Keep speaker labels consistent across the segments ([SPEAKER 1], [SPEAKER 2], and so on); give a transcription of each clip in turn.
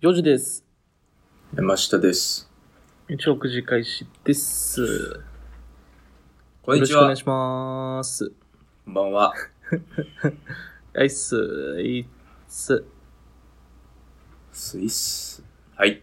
[SPEAKER 1] 4時です。
[SPEAKER 2] 山下です。
[SPEAKER 1] 16時開始です。
[SPEAKER 2] こんにち
[SPEAKER 1] よ
[SPEAKER 2] は。
[SPEAKER 1] ろしくお願いします。
[SPEAKER 2] こんばんは。
[SPEAKER 1] アイス、イッス。
[SPEAKER 2] スイス。はい。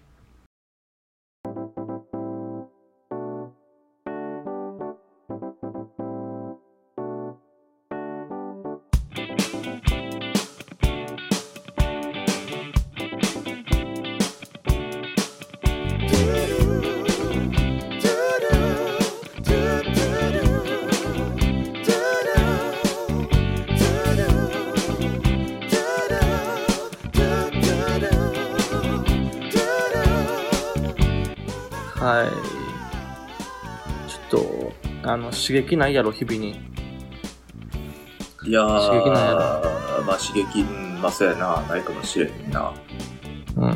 [SPEAKER 1] はい。ちょっと、あの、刺激ないやろ、日々に。
[SPEAKER 2] いやー、
[SPEAKER 1] 刺激ないや
[SPEAKER 2] まあ刺激、うん、まあそうやな、ないかもしれんな。
[SPEAKER 1] うん。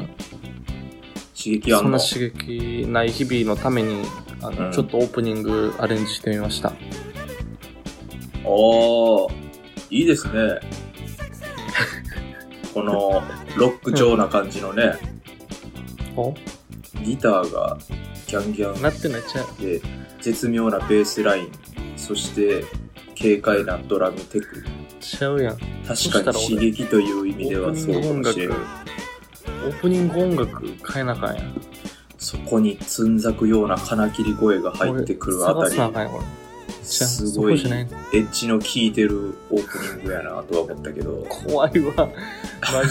[SPEAKER 2] 刺激あ
[SPEAKER 1] そ
[SPEAKER 2] ん
[SPEAKER 1] ん
[SPEAKER 2] の
[SPEAKER 1] な刺激ない日々のために、あの、
[SPEAKER 2] うん
[SPEAKER 1] ちょっとオープニングアレンジしてみました。
[SPEAKER 2] おー、いいですね。この、ロック調な感じのね、
[SPEAKER 1] お
[SPEAKER 2] ギターがギャンギャ
[SPEAKER 1] な
[SPEAKER 2] ン
[SPEAKER 1] ってないちゃう。
[SPEAKER 2] で、絶妙なベースライン、そして、軽快なドラムテク。
[SPEAKER 1] ちゃうやん。
[SPEAKER 2] 確かに刺激という意
[SPEAKER 1] オ
[SPEAKER 2] 味で
[SPEAKER 1] ー
[SPEAKER 2] は
[SPEAKER 1] プニ
[SPEAKER 2] そ
[SPEAKER 1] ン
[SPEAKER 2] う
[SPEAKER 1] グ
[SPEAKER 2] か
[SPEAKER 1] 音
[SPEAKER 2] もしれ
[SPEAKER 1] 楽、
[SPEAKER 2] ん
[SPEAKER 1] オ。ープニング音楽変えなあかんやん。
[SPEAKER 2] そこにつんざくような金切り声が入ってくるあ
[SPEAKER 1] 俺探すな
[SPEAKER 2] た
[SPEAKER 1] あ
[SPEAKER 2] り、
[SPEAKER 1] かんやん、これ。ちゃう
[SPEAKER 2] す
[SPEAKER 1] そ
[SPEAKER 2] ご
[SPEAKER 1] こ
[SPEAKER 2] い
[SPEAKER 1] じゃない
[SPEAKER 2] エッジの効いてるオープニングやなとは思ったけど、
[SPEAKER 1] 怖いわ。ラ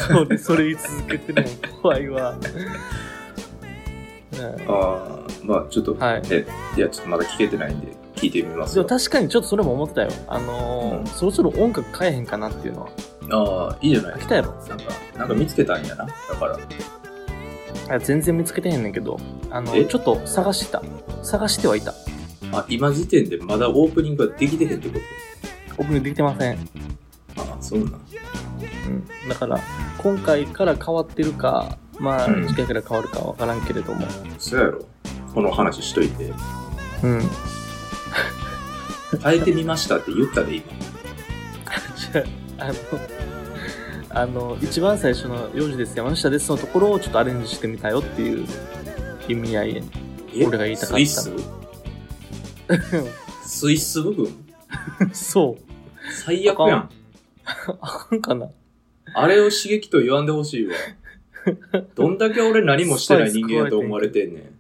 [SPEAKER 1] ジオでそれ言い続けてるの怖いわ。ね
[SPEAKER 2] あーまあちょっと、
[SPEAKER 1] はい
[SPEAKER 2] ねいやちょっとまだ聞けてないんで、聞いてみます
[SPEAKER 1] でも
[SPEAKER 2] よ。
[SPEAKER 1] 確かにちょっとそれも思ってたよ。あのー
[SPEAKER 2] うん
[SPEAKER 1] そろそろ音楽変えへんかなっていうのは。
[SPEAKER 2] ああ、いいじゃない
[SPEAKER 1] 飽きたやろ。
[SPEAKER 2] なんか、なんか見つけたんやな。だから、
[SPEAKER 1] あ全然見つけてへんねんけど、あの
[SPEAKER 2] え
[SPEAKER 1] ちょっと探してた。探してはいた。
[SPEAKER 2] あ、今時点でまだオープニングができてへんってこ
[SPEAKER 1] オープニングできてません。
[SPEAKER 2] とああ、そうな
[SPEAKER 1] う
[SPEAKER 2] ん。
[SPEAKER 1] ん。だから、今回から変わってるか、まあ、
[SPEAKER 2] うん
[SPEAKER 1] 次回から変わるかわからんけれども。
[SPEAKER 2] そうやろ。この話しといて。
[SPEAKER 1] うん。じ
[SPEAKER 2] 変えてみましたって言ったで、今。
[SPEAKER 1] ゃ あ、あの、あの、一番最初の4時です、山下ですのところをちょっとアレンジしてみたよっていう意味合い で
[SPEAKER 2] え
[SPEAKER 1] 俺が言いたかった
[SPEAKER 2] スイス スイス部分
[SPEAKER 1] そ
[SPEAKER 2] 最悪やん。
[SPEAKER 1] う。あかんかな。
[SPEAKER 2] あれを刺激と言わんでほしいわ。どんだけ俺何もしてない人間やと思われてんねん。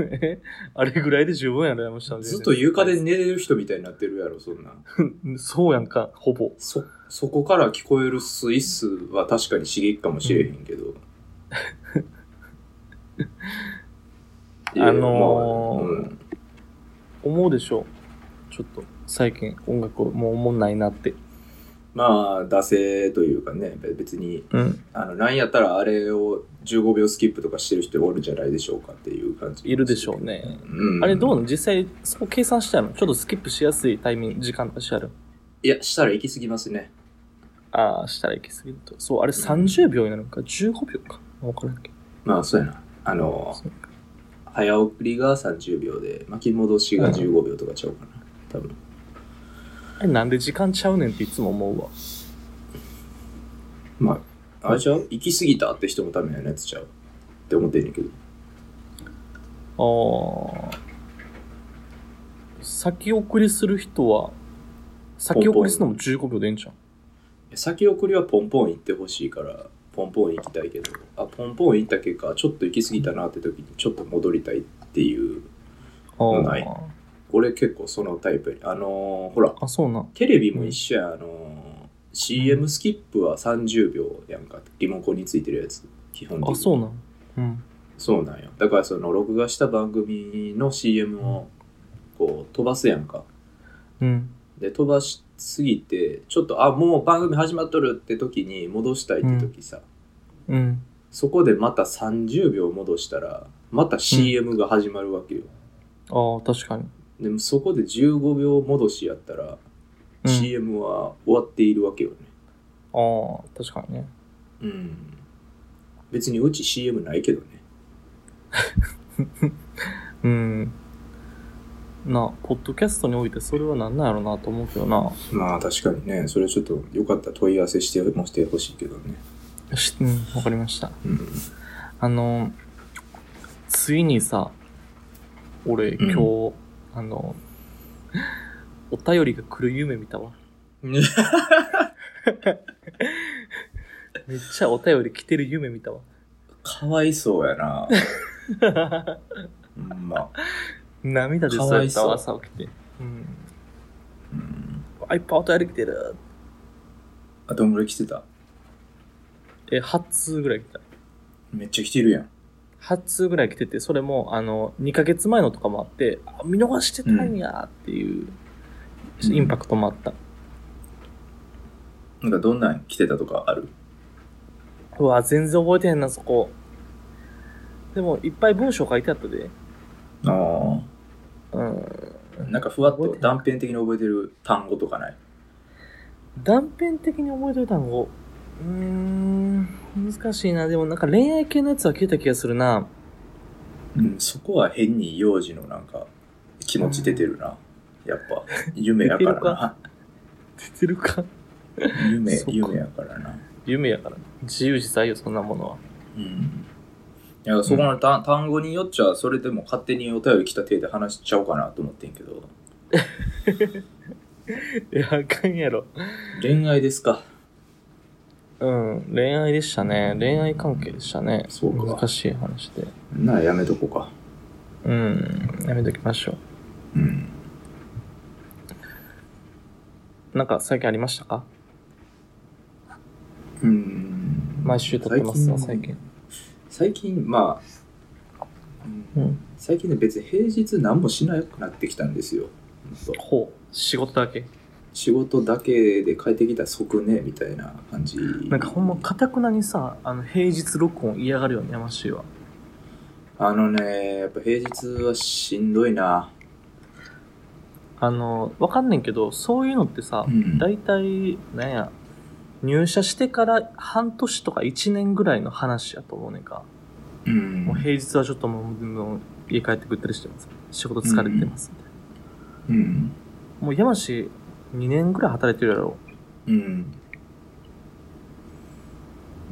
[SPEAKER 1] えあれぐらいで十分やろ、山下の
[SPEAKER 2] ずっと床で寝れる人みたいになってるやろ、そんなん。
[SPEAKER 1] うん そうやんか、ほぼ。
[SPEAKER 2] そ、そこから聞こえるスイスは確かに刺激かもしれへんけど。い や
[SPEAKER 1] あのー
[SPEAKER 2] まあうん
[SPEAKER 1] 思うでしょ。ちょっと、最近音楽もう思んないなって。
[SPEAKER 2] まあ、惰性というかね、べ別に、
[SPEAKER 1] うん。
[SPEAKER 2] あの、なんやったらあれを15秒スキップとかしてる人おるんじゃないでしょうかっていう感じ。
[SPEAKER 1] いるでしょうね。
[SPEAKER 2] うん。
[SPEAKER 1] あれどうなの実際、そこ計算してあるのちょっとスキップしやすいタイミング、時間とかしてある
[SPEAKER 2] いや、したら行き過ぎますね。
[SPEAKER 1] ああ、したらいけすぎると。そう、あれ30秒になるのか、15秒か。わからんけど。
[SPEAKER 2] まあそうやな。あの
[SPEAKER 1] そう、
[SPEAKER 2] 早送りが30秒で、巻き戻しが15秒とかちゃうかな。多分。
[SPEAKER 1] あれなんで時間ちゃうねんっていつも思うわ。
[SPEAKER 2] まあ、あれちゃう行き過ぎたって人のためのやつちゃうって思ってんねんけど。
[SPEAKER 1] ああ。先送りする人は、先送りするのも15秒でええんじゃん。
[SPEAKER 2] 先送りはポンポン行ってほしいから、ポンポン行きたいけど、あ、ポンポン行った結果、ちょっと行き過ぎたなって時にちょっと戻りたいっていう、
[SPEAKER 1] ああ。
[SPEAKER 2] ない俺結構そのタイプやねあのーほら、
[SPEAKER 1] あ、そうなん。
[SPEAKER 2] テレビも一緒や、あのー CM スキップは30秒やんか、リモコンについてるやつ、基本的に。
[SPEAKER 1] あ、そうなん。うん。
[SPEAKER 2] そうなんよ。だからその録画した番組の CM をこう飛ばすやんか。
[SPEAKER 1] うん。
[SPEAKER 2] で飛ばしすぎてちょっとあもう番組始まっとるって時に戻したいって時さ、
[SPEAKER 1] うん。
[SPEAKER 2] そこでまた30秒戻したらまた CM が始まるわけよ。
[SPEAKER 1] ああ、確かに。
[SPEAKER 2] でもそこで15秒戻しやったら、
[SPEAKER 1] うん、
[SPEAKER 2] CM は終わっているわけよね。
[SPEAKER 1] ああ、確かにね。
[SPEAKER 2] うん。別にうち CM ないけどね。
[SPEAKER 1] うん。なあ、ポッドキャストにおいてそれはなんなんやろなと思うけどな。
[SPEAKER 2] まあ確かにね、それちょっとよかったら問い合わせしてもしてほしいけどね。
[SPEAKER 1] しうん、わかりました。
[SPEAKER 2] うん。
[SPEAKER 1] あの、ついにさ、俺今日、あの、お便りが来る夢見たわ。めっちゃお便り来てる夢見た わ。
[SPEAKER 2] かわいそうや な。ほんまあ、
[SPEAKER 1] 涙で
[SPEAKER 2] か
[SPEAKER 1] そう
[SPEAKER 2] わ
[SPEAKER 1] や
[SPEAKER 2] い
[SPEAKER 1] った
[SPEAKER 2] そう
[SPEAKER 1] わ朝起きて。うん。
[SPEAKER 2] うん。
[SPEAKER 1] あ、いっぱいお便り来てる。
[SPEAKER 2] あ、どんぐらい来てた
[SPEAKER 1] え、8通ぐらい来た。
[SPEAKER 2] めっちゃ来てるやん。
[SPEAKER 1] 8通ぐらい来てて、それも、あの、2ヶ月前のとかもあって、あ、見逃してたんやっていう、
[SPEAKER 2] うん
[SPEAKER 1] インパクトもあった。
[SPEAKER 2] なんかどんなん来てたとかある
[SPEAKER 1] うわ、全然覚えてへんな、そこ。でも、いっぱい文章書いてあったで。
[SPEAKER 2] あ
[SPEAKER 1] うん。
[SPEAKER 2] あ。なんかふわっ
[SPEAKER 1] 覚え
[SPEAKER 2] と
[SPEAKER 1] てない
[SPEAKER 2] 断片的に覚えてる単語とかない
[SPEAKER 1] 断片的に覚えてる単語。うーん、難しいな。でも、なんか恋愛系のやつは聞いた気がするな。
[SPEAKER 2] うん、そこは変に幼児のなんか気持ち出てるな。やっぱ、夢やからな。
[SPEAKER 1] 出てるか
[SPEAKER 2] 夢
[SPEAKER 1] そっ、か
[SPEAKER 2] 夢やからな。
[SPEAKER 1] 夢やから。自由自在よ、そんなものは。
[SPEAKER 2] うん。いや、そこのた、単語によっちゃ、それでも勝手にお便り来た手で話しちゃおうかなと思ってんけど。
[SPEAKER 1] いや、あかんやろ。
[SPEAKER 2] 恋愛ですか。
[SPEAKER 1] うん、恋愛でしたね。恋愛関係でしたね。
[SPEAKER 2] そうか
[SPEAKER 1] 難しい話で。
[SPEAKER 2] なあ、やめとこうか。
[SPEAKER 1] うん、やめときましょ
[SPEAKER 2] うん。
[SPEAKER 1] う。なんか、最近ありましたか
[SPEAKER 2] うん。
[SPEAKER 1] 毎週撮ってますわ、最
[SPEAKER 2] 最
[SPEAKER 1] 近
[SPEAKER 2] 近。最近、まあ、うん
[SPEAKER 1] うん。
[SPEAKER 2] 最近ね、別に平日何もしなくなってきたんですよ。ほんと
[SPEAKER 1] ほう、仕事だけ。
[SPEAKER 2] 仕事だけで帰ってきたら即ね、みたいな感じ。
[SPEAKER 1] なんかほんま、かたくなにさ、あの、平日録音嫌がるよね、山氏は。
[SPEAKER 2] あのね、やっぱ平日はしんどいな。
[SPEAKER 1] あの、わかんねんけど、そういうのってさ、
[SPEAKER 2] ん
[SPEAKER 1] 大体、なんや、入社してから半年とか1年ぐらいの話やと思うねんか。
[SPEAKER 2] うん
[SPEAKER 1] もう平日はちょっともうもう、家帰ってぐったりしてます。仕事疲れてます。
[SPEAKER 2] うん。
[SPEAKER 1] もう山氏、2年ぐらい働いてるやろ。
[SPEAKER 2] うん。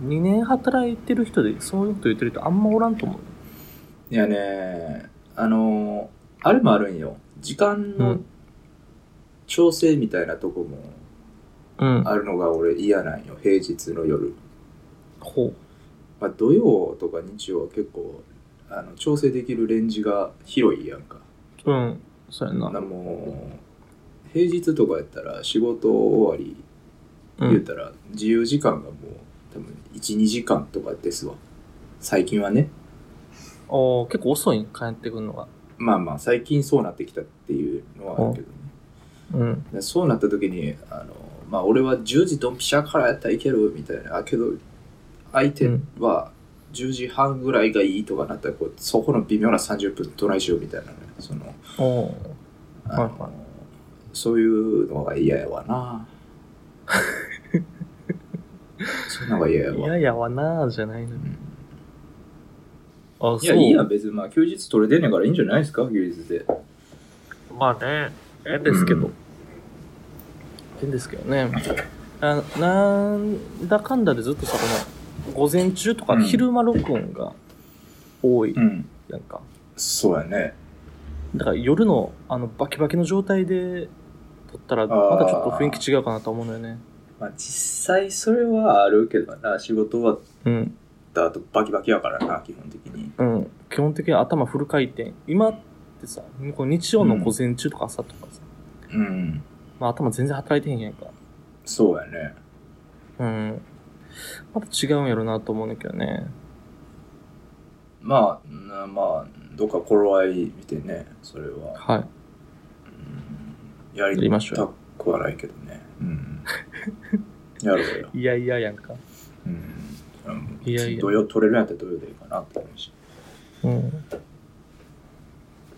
[SPEAKER 1] 2年働いてる人で、そういうこと言ってる人あんまおらんと思う。
[SPEAKER 2] いやね、あの、あれもあるんよ。時間
[SPEAKER 1] う
[SPEAKER 2] の
[SPEAKER 1] ん
[SPEAKER 2] 調整みたいなとこも
[SPEAKER 1] うん。
[SPEAKER 2] あるのが俺嫌なんよ。平日の夜。
[SPEAKER 1] ほ
[SPEAKER 2] まあ、土曜とか日曜は結構、あの調整できるレンジが広いやんか。
[SPEAKER 1] う。うん。そうや
[SPEAKER 2] なんか
[SPEAKER 1] な。
[SPEAKER 2] もう、平日とかやったら仕事終わり
[SPEAKER 1] う。
[SPEAKER 2] 言うんたら自由時間がもう多分12時間とかですわ最近はね
[SPEAKER 1] おー結構遅いん、帰ってくるのが。
[SPEAKER 2] まあまあ最近そうなってきたっていうのはあるけどね
[SPEAKER 1] うん。
[SPEAKER 2] でそうなった時にあのまあ俺は10時ドンピシャからやったらいけるみたいなあけど相手は10時半ぐらいがいいとかなったらこうそこの微妙な30分トライしようみたいなねその
[SPEAKER 1] おー
[SPEAKER 2] あの
[SPEAKER 1] はいはい
[SPEAKER 2] そういうのが嫌やわ なそういうのが嫌やわ
[SPEAKER 1] いやいやわなーじゃないのに。あ、そう。
[SPEAKER 2] いや、いいやん、別に、まあ、休日取れてんねんからいいんじゃないですか、休日で。
[SPEAKER 1] まあね、ええですけど。
[SPEAKER 2] うん
[SPEAKER 1] ええんですけどね。あなんだかんだでずっとさ、この、午前中とか
[SPEAKER 2] うん
[SPEAKER 1] 昼間録音が多い。
[SPEAKER 2] ん。
[SPEAKER 1] なんか。
[SPEAKER 2] そうやね。
[SPEAKER 1] だから夜の、あの、バキバキの状態で撮ったら、またちょっと雰囲気違うかなと思うのよね。
[SPEAKER 2] まあ、実際それはあるけどな、仕事終わっ
[SPEAKER 1] うん。
[SPEAKER 2] た後バキバキやからな、基本的に。
[SPEAKER 1] うん、基本的に頭フル回転。今ってさ、この日曜の午前中とか朝とかさ、
[SPEAKER 2] うん。
[SPEAKER 1] まあ頭全然働いてへんやんか。
[SPEAKER 2] そうやね。
[SPEAKER 1] うん。また違うんやろなと思うんだけどね。
[SPEAKER 2] まあ、なまあ、どっか頃合い見てね、それは。
[SPEAKER 1] はい。
[SPEAKER 2] うん、や
[SPEAKER 1] やり
[SPEAKER 2] り
[SPEAKER 1] ましょう
[SPEAKER 2] たくはないけどね。 うん。やろうよ。
[SPEAKER 1] いやいややんか。
[SPEAKER 2] うん。それはもう
[SPEAKER 1] いやいや
[SPEAKER 2] 土曜取れるんやったら土曜でいいかなって話。
[SPEAKER 1] うん。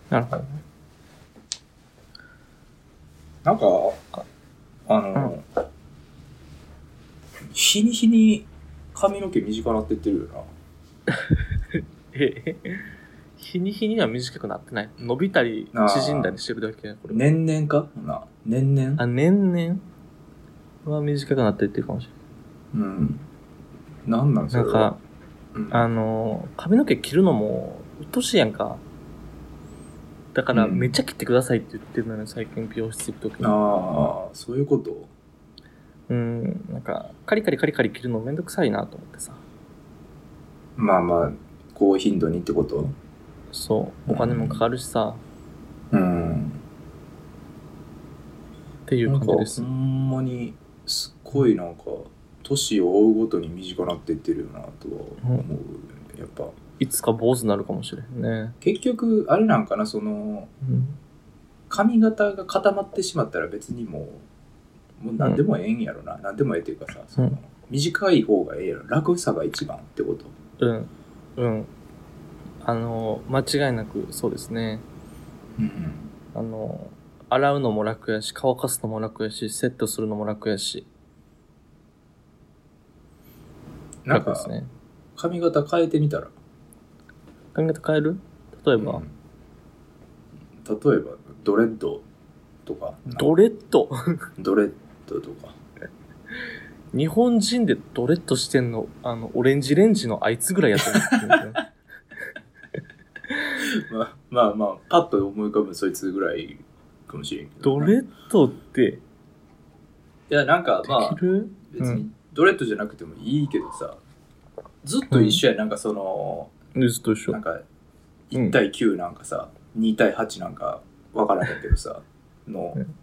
[SPEAKER 1] なるほどね。
[SPEAKER 2] なんか、あの、日に日に髪の毛短なってってるよ
[SPEAKER 1] ええ。日に日には短くなってない。伸びたり、
[SPEAKER 2] あー
[SPEAKER 1] 縮んだりしてるだけやこ
[SPEAKER 2] な。
[SPEAKER 1] れ。
[SPEAKER 2] 年々かほな。年々
[SPEAKER 1] あ、年々は短くなっていってるかもし
[SPEAKER 2] うん。なんなん
[SPEAKER 1] れな
[SPEAKER 2] そ
[SPEAKER 1] い。な
[SPEAKER 2] れ
[SPEAKER 1] ん
[SPEAKER 2] は
[SPEAKER 1] か、
[SPEAKER 2] うん
[SPEAKER 1] あの、髪の毛切るのも、うっとうしいやんか。だから、
[SPEAKER 2] うん
[SPEAKER 1] めっちゃ切ってくださいって言ってるのよ、最近美容室行くときに。
[SPEAKER 2] ああ、そういうこと
[SPEAKER 1] うん、なんか、カリカリカリカリ切るのめんどくさいなと思ってさ。
[SPEAKER 2] まあまあ、高頻度にってこと
[SPEAKER 1] そう、お金もかかるしさ、
[SPEAKER 2] うん。
[SPEAKER 1] っていう
[SPEAKER 2] なん
[SPEAKER 1] 感
[SPEAKER 2] か
[SPEAKER 1] じです
[SPEAKER 2] ほ。んまにすっごいなんか年を追うごとに短くなっていってるよなとは思う、やっぱ
[SPEAKER 1] いつか坊主になるかもしれんね。
[SPEAKER 2] 結局あれなんかなその
[SPEAKER 1] うん、
[SPEAKER 2] 髪型が固まってしまったら別にもうもう何でもええんやろな、何でもええっていうかさその、
[SPEAKER 1] うん
[SPEAKER 2] 短い方がええやろ楽さが一番ってこと
[SPEAKER 1] うん、うん。あの、間違いなくそうですね。
[SPEAKER 2] うん
[SPEAKER 1] あの、洗うのも楽やし、乾かすのも楽やし、セットするのも楽やし、
[SPEAKER 2] なん
[SPEAKER 1] 楽
[SPEAKER 2] か
[SPEAKER 1] ですね。
[SPEAKER 2] 髪型変えてみたら、
[SPEAKER 1] 髪型変える例え
[SPEAKER 2] うん
[SPEAKER 1] ば、
[SPEAKER 2] 例えばドレッドとか
[SPEAKER 1] ドレッド。
[SPEAKER 2] ドレッドとか
[SPEAKER 1] 日本人でドレッドしてんの、あの、オレンジレンジのあいつぐらいやってる。
[SPEAKER 2] まあまあまあ、パッと思い浮かぶそいつぐらいかもしれんけど
[SPEAKER 1] ド
[SPEAKER 2] な、
[SPEAKER 1] レッドって、
[SPEAKER 2] いや、なんかまあ
[SPEAKER 1] でき、る、
[SPEAKER 2] 別にドレッドじゃなくてもいいけどさ、ずっと一緒やん、なんかその、
[SPEAKER 1] ずっと一緒
[SPEAKER 2] なん。か、1対9なんかさ、2対8なんかわからへんけ どさ、の
[SPEAKER 1] うん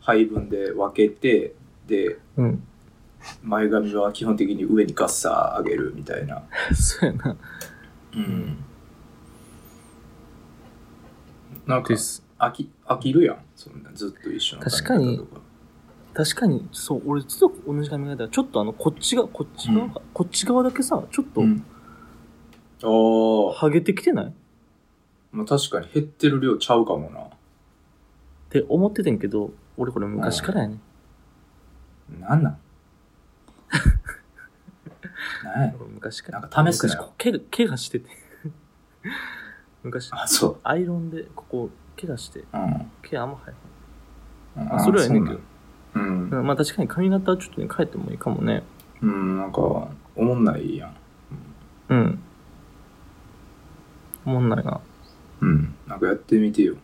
[SPEAKER 2] 配分で分けて、で、
[SPEAKER 1] うん。
[SPEAKER 2] 前髪は基本的に上にガッサー上げるみたいな。
[SPEAKER 1] そうやな。
[SPEAKER 2] うん。なんか
[SPEAKER 1] で、す。
[SPEAKER 2] 飽き飽きるやん、そんなずっと一緒の髪
[SPEAKER 1] 確かに
[SPEAKER 2] 型とか
[SPEAKER 1] 確かに、そう、俺ずっと同じ髪型だちょっとあの、こっちが、こっち側、
[SPEAKER 2] うん
[SPEAKER 1] こっち側だけさ、ちょっと、
[SPEAKER 2] とああ、
[SPEAKER 1] ハゲてきてないっ
[SPEAKER 2] まあ、確かに減ってる量ちゃうかも
[SPEAKER 1] て思っててんけど、俺これ昔からやね。
[SPEAKER 2] な。なん なんなんやろ
[SPEAKER 1] 俺昔か
[SPEAKER 2] な
[SPEAKER 1] ら。
[SPEAKER 2] んか試すな
[SPEAKER 1] 昔こ
[SPEAKER 2] よ
[SPEAKER 1] こ。怪我、怪我してて。 昔、
[SPEAKER 2] あ、そう。
[SPEAKER 1] アイロンで、ここ、怪我して、
[SPEAKER 2] うん。
[SPEAKER 1] 毛あんま生えへん
[SPEAKER 2] あ
[SPEAKER 1] あそれはええねんけど
[SPEAKER 2] そうなん
[SPEAKER 1] うんまあ確かに髪型はちょっとね、変えてもいいかもね。
[SPEAKER 2] うん。うん、なんか、おもんないやん。
[SPEAKER 1] うん。おもんないな。
[SPEAKER 2] うん。なんかやってみてよ。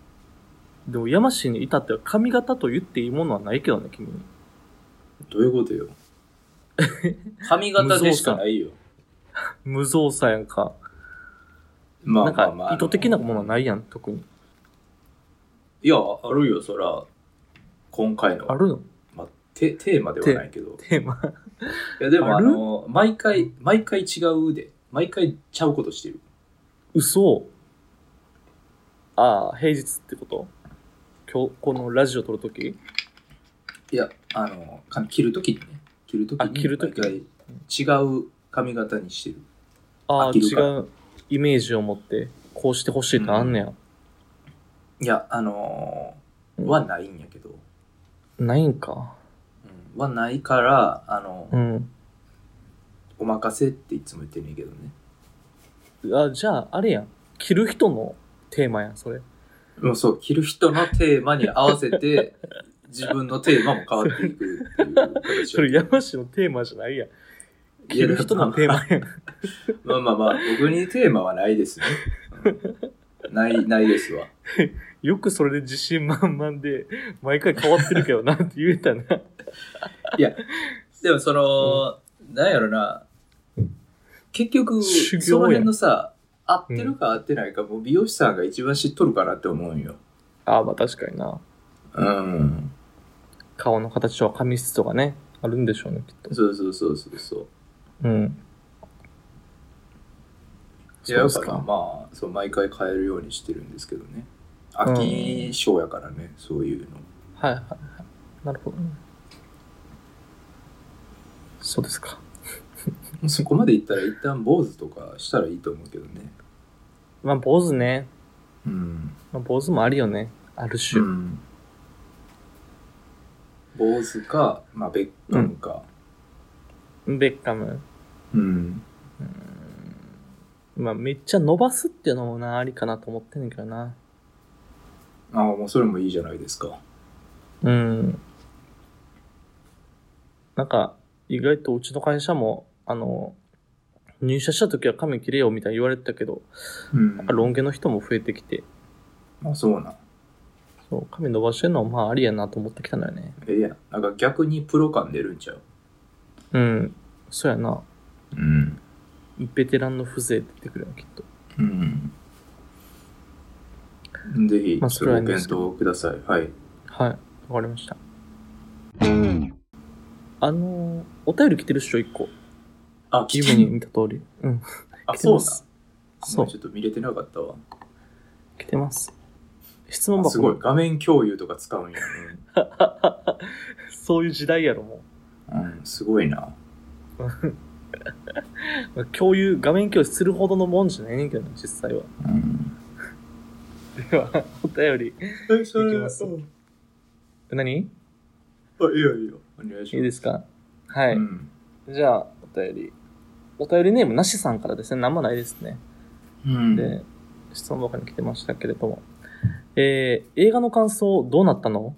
[SPEAKER 1] でも、山氏に至っては髪型と言っていいものはないけどね、君に。
[SPEAKER 2] どういうこ とよ。髪型でしかないよ。
[SPEAKER 1] 無造作やんか。な
[SPEAKER 2] まあ
[SPEAKER 1] ん
[SPEAKER 2] まあま
[SPEAKER 1] か
[SPEAKER 2] あ。、
[SPEAKER 1] 意図的なものはないやん、特に。
[SPEAKER 2] いや、あるよ、そら。今回の。
[SPEAKER 1] あるの
[SPEAKER 2] まあ、テテーマではないけど。
[SPEAKER 1] テーマ。
[SPEAKER 2] いや、でも、
[SPEAKER 1] あ
[SPEAKER 2] あ
[SPEAKER 1] る
[SPEAKER 2] の、毎回、毎回違うで。毎回ちゃうことしてる。
[SPEAKER 1] 嘘ああ、平日ってこと今日、このラジオ撮るとき
[SPEAKER 2] いや、あの、髪切るときにね、切るとき
[SPEAKER 1] あ
[SPEAKER 2] に、
[SPEAKER 1] 切る時
[SPEAKER 2] 毎回違う髪型にしてる。
[SPEAKER 1] ああ、
[SPEAKER 2] 飽き
[SPEAKER 1] 違
[SPEAKER 2] るから
[SPEAKER 1] うイメージを持って、こうしてほしいとあんねや。
[SPEAKER 2] いや、あのー
[SPEAKER 1] うん
[SPEAKER 2] はないんやけど、
[SPEAKER 1] ないんか。
[SPEAKER 2] うんはないから、あの、
[SPEAKER 1] うん。
[SPEAKER 2] お任せっていつも言ってんねんけどね。
[SPEAKER 1] あ、じゃあ、あれやん。着る人のテーマやん、それ。
[SPEAKER 2] もうそう、切る人のテーマに合わせ て、自分のテーマも変わっていくっていう形
[SPEAKER 1] それ、山氏のテーマじゃないやん。着る人のテーマやん。
[SPEAKER 2] マ。まあまあまあ、僕にテーマはないですね。うんない、ないですわ。
[SPEAKER 1] よくそれで自信満々で、毎回変わってるけどなって言えたな。
[SPEAKER 2] でもその、なんやろな、結局、
[SPEAKER 1] 修行や
[SPEAKER 2] その辺のさ、合ってるか合ってないか、もう美容師さんが一番知っとるかなって思うんよ。
[SPEAKER 1] ああ、まあ確かにな。
[SPEAKER 2] うん。
[SPEAKER 1] 顔の形とか髪質とかね、あるんでしょうね、きっと。
[SPEAKER 2] そうそうそうそうそ
[SPEAKER 1] う
[SPEAKER 2] う。
[SPEAKER 1] ん。
[SPEAKER 2] い
[SPEAKER 1] そ
[SPEAKER 2] や
[SPEAKER 1] う
[SPEAKER 2] や
[SPEAKER 1] で
[SPEAKER 2] っ
[SPEAKER 1] す
[SPEAKER 2] ぱな
[SPEAKER 1] か。
[SPEAKER 2] まあ、そう、毎回変えるようにしてるんですけどね。秋性やからね、そういうの。
[SPEAKER 1] はいはいはい。なるほどね。そうですか。
[SPEAKER 2] そこまでいったら一旦坊主とかしたらいいと思うけどね。
[SPEAKER 1] まあ、坊主ね。
[SPEAKER 2] うん。
[SPEAKER 1] まあ、坊主もあるよね。ある種。
[SPEAKER 2] うん、坊主か、まあ、ベッカムか。
[SPEAKER 1] ベッカム。
[SPEAKER 2] うん。
[SPEAKER 1] まあ、めっちゃ伸ばすっていうのもな、ありかなと思ってんねんけどな。
[SPEAKER 2] ああ、もうそれもいいじゃないですか。
[SPEAKER 1] うん。なんか、意外とうちの会社も、あの、入社した時は髪切れよみたいに言われてたけど、
[SPEAKER 2] うん。
[SPEAKER 1] ロン毛の人も増えてきて、
[SPEAKER 2] あ、そうなん。
[SPEAKER 1] そう髪伸ばしてるのはまあありやなと思ってきたんだよね。
[SPEAKER 2] ええやん。なんか逆にプロ感出るんちゃう
[SPEAKER 1] うん。そうやな。
[SPEAKER 2] うん。
[SPEAKER 1] ベテランの風情出てくるよ、きっと。
[SPEAKER 2] うん。ぜひ、
[SPEAKER 1] まあ
[SPEAKER 2] そ
[SPEAKER 1] そ
[SPEAKER 2] れ
[SPEAKER 1] れ
[SPEAKER 2] を
[SPEAKER 1] は
[SPEAKER 2] ご
[SPEAKER 1] いいんです
[SPEAKER 2] 検
[SPEAKER 1] けど
[SPEAKER 2] 討ください。はい。
[SPEAKER 1] はい。わかりました。あのーお便り来てるっしょ、一個。
[SPEAKER 2] あ、
[SPEAKER 1] ジムに見た通り。うん。
[SPEAKER 2] あ、
[SPEAKER 1] 来て
[SPEAKER 2] そう
[SPEAKER 1] ま
[SPEAKER 2] なん。
[SPEAKER 1] す
[SPEAKER 2] そ。
[SPEAKER 1] そうう
[SPEAKER 2] ちょっと見れてなかったわ。
[SPEAKER 1] 来てます。質問
[SPEAKER 2] あ
[SPEAKER 1] 箱。
[SPEAKER 2] すごい。画面共有とか使うんや。
[SPEAKER 1] そういう時代やろ、も
[SPEAKER 2] うん、うんすごいな。
[SPEAKER 1] う。共有、画面共有するほどのもんじゃないねんけどね、実際は。
[SPEAKER 2] うん。
[SPEAKER 1] では、 お便り。
[SPEAKER 2] え、そ
[SPEAKER 1] い
[SPEAKER 2] れ、
[SPEAKER 1] き
[SPEAKER 2] あ、
[SPEAKER 1] ます何い
[SPEAKER 2] いいよいいよ。お願いし
[SPEAKER 1] い
[SPEAKER 2] ま。
[SPEAKER 1] ですすかはい。
[SPEAKER 2] うん。
[SPEAKER 1] じゃあ、お便り。お便りネームなしさんからですね。なんもないですね。
[SPEAKER 2] うん。
[SPEAKER 1] で、質問箱に来てましたけれども。えー、映画の感想どうなったの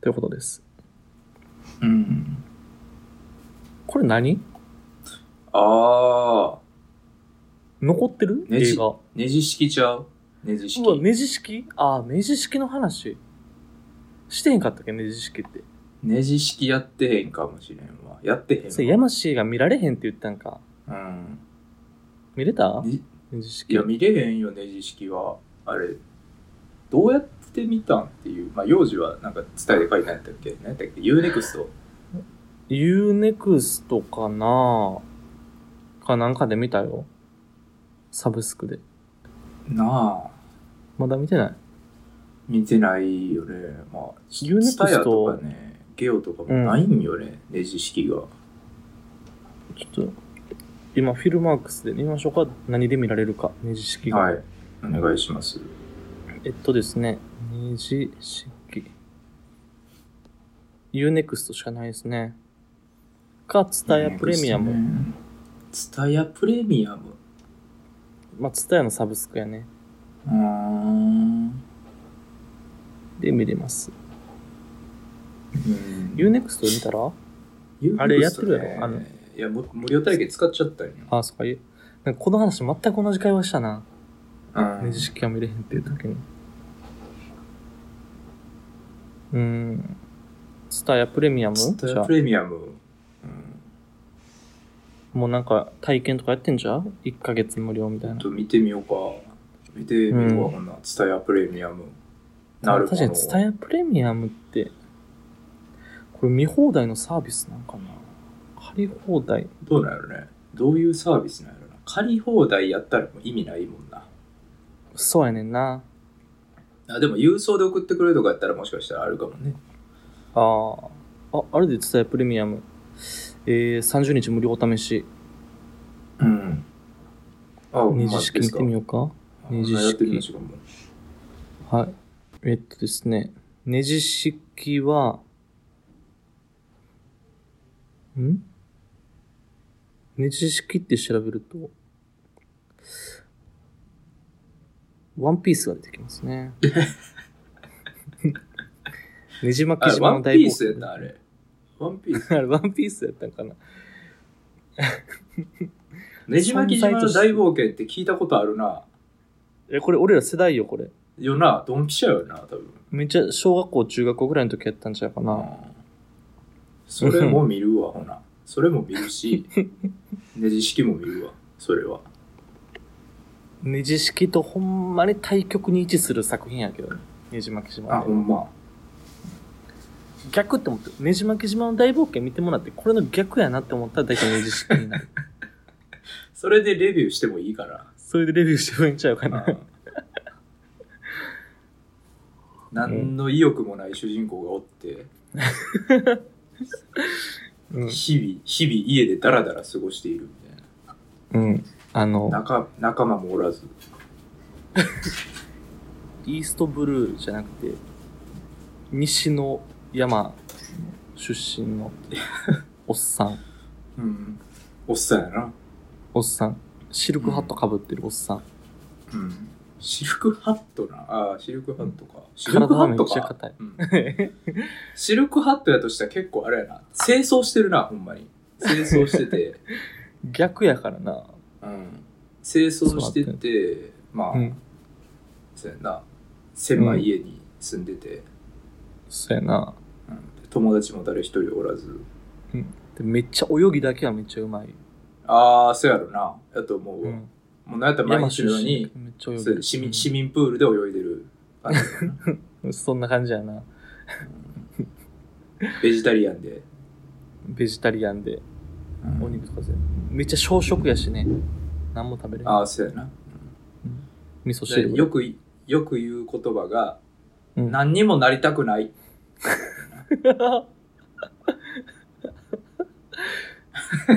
[SPEAKER 1] ということです。
[SPEAKER 2] うん。
[SPEAKER 1] これ何
[SPEAKER 2] ああ、
[SPEAKER 1] 残ってる
[SPEAKER 2] ネジ
[SPEAKER 1] 映画。
[SPEAKER 2] ネジ式ちゃうネジ式
[SPEAKER 1] う。わ、ネジ式ああ、ネジ式の話。してへんかったっけネジ式って。
[SPEAKER 2] ネジ式やってへんかもしれんわ。やってへんわ。
[SPEAKER 1] それ、ヤマシーが見られへんって言ったんか。
[SPEAKER 2] うん。
[SPEAKER 1] 見れた
[SPEAKER 2] ね
[SPEAKER 1] ネジ式。
[SPEAKER 2] いや、見れへんよ、ネジ式は。あれ、どうやって見たんっていう。まあ、幼児はなんか伝えて書いてあったっけ何やったっけ ?UNEXT。
[SPEAKER 1] UNEXT かなかなんかで見たよ。サブスクで。
[SPEAKER 2] なあ、
[SPEAKER 1] まだ見てない
[SPEAKER 2] 見てないよね。まあ、
[SPEAKER 1] UNEXT
[SPEAKER 2] スタヤとかね、ゲオとかもないんよね、ネジ式が。
[SPEAKER 1] ちょっと、今、フィルマークスで見ましょうか。何で見られるか。ネジ式が。
[SPEAKER 2] はい。お願いします。
[SPEAKER 1] えっとですね、ネジ式。UNEXT しかないですね。か、ツタヤプレミアム。
[SPEAKER 2] ム。ツタヤプレミアム。
[SPEAKER 1] まあ、ツタヤのサブスクやね。
[SPEAKER 2] うーん。
[SPEAKER 1] で、見れます。
[SPEAKER 2] うん、
[SPEAKER 1] UNEXT で見たらあれやってるやろあの
[SPEAKER 2] いや、無無料体験使っちゃったんよ。
[SPEAKER 1] あ、そっか、いなんかこの話全く同じ会話したな。
[SPEAKER 2] うん
[SPEAKER 1] ネジ式は見れへんっていう時に。うーん。ツタヤプレミアム
[SPEAKER 2] ツタ
[SPEAKER 1] じゃ
[SPEAKER 2] ヤ
[SPEAKER 1] あ
[SPEAKER 2] プレミアム。うん
[SPEAKER 1] もうなんか体験とかやってんじゃん ?1 ヶ月無料みたい
[SPEAKER 2] ちょっ
[SPEAKER 1] な。
[SPEAKER 2] と見てみようか。見てみようか、
[SPEAKER 1] うん
[SPEAKER 2] ほんなら。ツタヤプレミアム。なるほど。
[SPEAKER 1] 確かにツタヤプレミアムって、これ見放題のサービスなんかな借り放題。
[SPEAKER 2] どうなんやろね。どういうサービスなんやろな。借り放題やったらもう意味ないもんな。
[SPEAKER 1] そうやねんな。
[SPEAKER 2] あでも、郵送で送ってくれるとかやったらもしかしたらあるかもね。
[SPEAKER 1] あーあ、あれでツタヤプレミアム。えー、30日無料お試し。
[SPEAKER 2] うん。あ、
[SPEAKER 1] ネジ式見てみようか。
[SPEAKER 2] う
[SPEAKER 1] 二次式
[SPEAKER 2] やってみましょうかもう。
[SPEAKER 1] はい。えっとですね、ネジ式は、んネジ式って調べると、ワンピースが出てきます ね。ねじ巻
[SPEAKER 2] あ
[SPEAKER 1] き
[SPEAKER 2] れ、
[SPEAKER 1] 島
[SPEAKER 2] ワ
[SPEAKER 1] の
[SPEAKER 2] ンピ
[SPEAKER 1] 大冒
[SPEAKER 2] ースや
[SPEAKER 1] 険
[SPEAKER 2] った、あれ。ワンピー ス。
[SPEAKER 1] あれ、ワンピースやったんかな。
[SPEAKER 2] ねじ巻き島の大冒険って聞いたことあるな。
[SPEAKER 1] え、これ俺ら世代よ、これ。
[SPEAKER 2] よな、ドンピシャよな、多分。
[SPEAKER 1] めっちゃ小学校、中学校ぐらいの時やったんちゃうかな。
[SPEAKER 2] それも見るわ、 ほな。それも見るし、ネジ式も見るわ、それは。
[SPEAKER 1] ネジ式とほんまに対極に位置する作品やけどね。ネジ巻き島
[SPEAKER 2] あ、
[SPEAKER 1] ね
[SPEAKER 2] ほんま。
[SPEAKER 1] 逆って思って、ねじ巻き島の大冒険見てもらって、これの逆やなって思ったら大体ねじ式になる。
[SPEAKER 2] それでレビューしてもいいから。
[SPEAKER 1] それでレビューしてもいいんちゃうかな
[SPEAKER 2] う。ん何の意欲もない主人公がおって、
[SPEAKER 1] うん。
[SPEAKER 2] 日々、日々家でダラダラ過ごしているみたい
[SPEAKER 1] うん。あの、
[SPEAKER 2] な。仲仲間もおらず。
[SPEAKER 1] イーストブルーじゃなくて、西の山出身のおっさん、
[SPEAKER 2] うん。おっさんやな。
[SPEAKER 1] おっさん。シルクハット被ってるおっさん。
[SPEAKER 2] うん。シルクハットな。ああ、シルクハットか。シル
[SPEAKER 1] 体
[SPEAKER 2] クハ
[SPEAKER 1] が
[SPEAKER 2] ッ
[SPEAKER 1] めっ
[SPEAKER 2] ト
[SPEAKER 1] ちゃ
[SPEAKER 2] か。
[SPEAKER 1] 硬い。
[SPEAKER 2] うんシルクハットやとしたら結構あれやな。清掃してるな、ほんまに。清掃し てて、
[SPEAKER 1] 逆やからな。
[SPEAKER 2] うん、清掃して、
[SPEAKER 1] そうだって
[SPEAKER 2] まあ、
[SPEAKER 1] うん。
[SPEAKER 2] そうやな、狭い家に住んでて、
[SPEAKER 1] そうやな。
[SPEAKER 2] うん友達も誰一人おらず、
[SPEAKER 1] でめっちゃ泳ぎだけはめっちゃうまい。
[SPEAKER 2] ああ、そうやろな、やと思うわ。
[SPEAKER 1] うん。
[SPEAKER 2] もうなんやったら毎日のように、
[SPEAKER 1] めっちゃ泳
[SPEAKER 2] そう
[SPEAKER 1] ぎ。
[SPEAKER 2] 市
[SPEAKER 1] う
[SPEAKER 2] 民
[SPEAKER 1] ん
[SPEAKER 2] 市民プールで泳いでる感じだ な
[SPEAKER 1] そんな感じやな。
[SPEAKER 2] ベジタリアンで、
[SPEAKER 1] ベジタリアンで、
[SPEAKER 2] うん
[SPEAKER 1] お肉とか全部めっちゃ小食やしね。何も食べれない。
[SPEAKER 2] ああ、そうやな。
[SPEAKER 1] 味噌汁ぐらい
[SPEAKER 2] よくい、よく言う言葉が、
[SPEAKER 1] うん
[SPEAKER 2] 何にもなりたくない。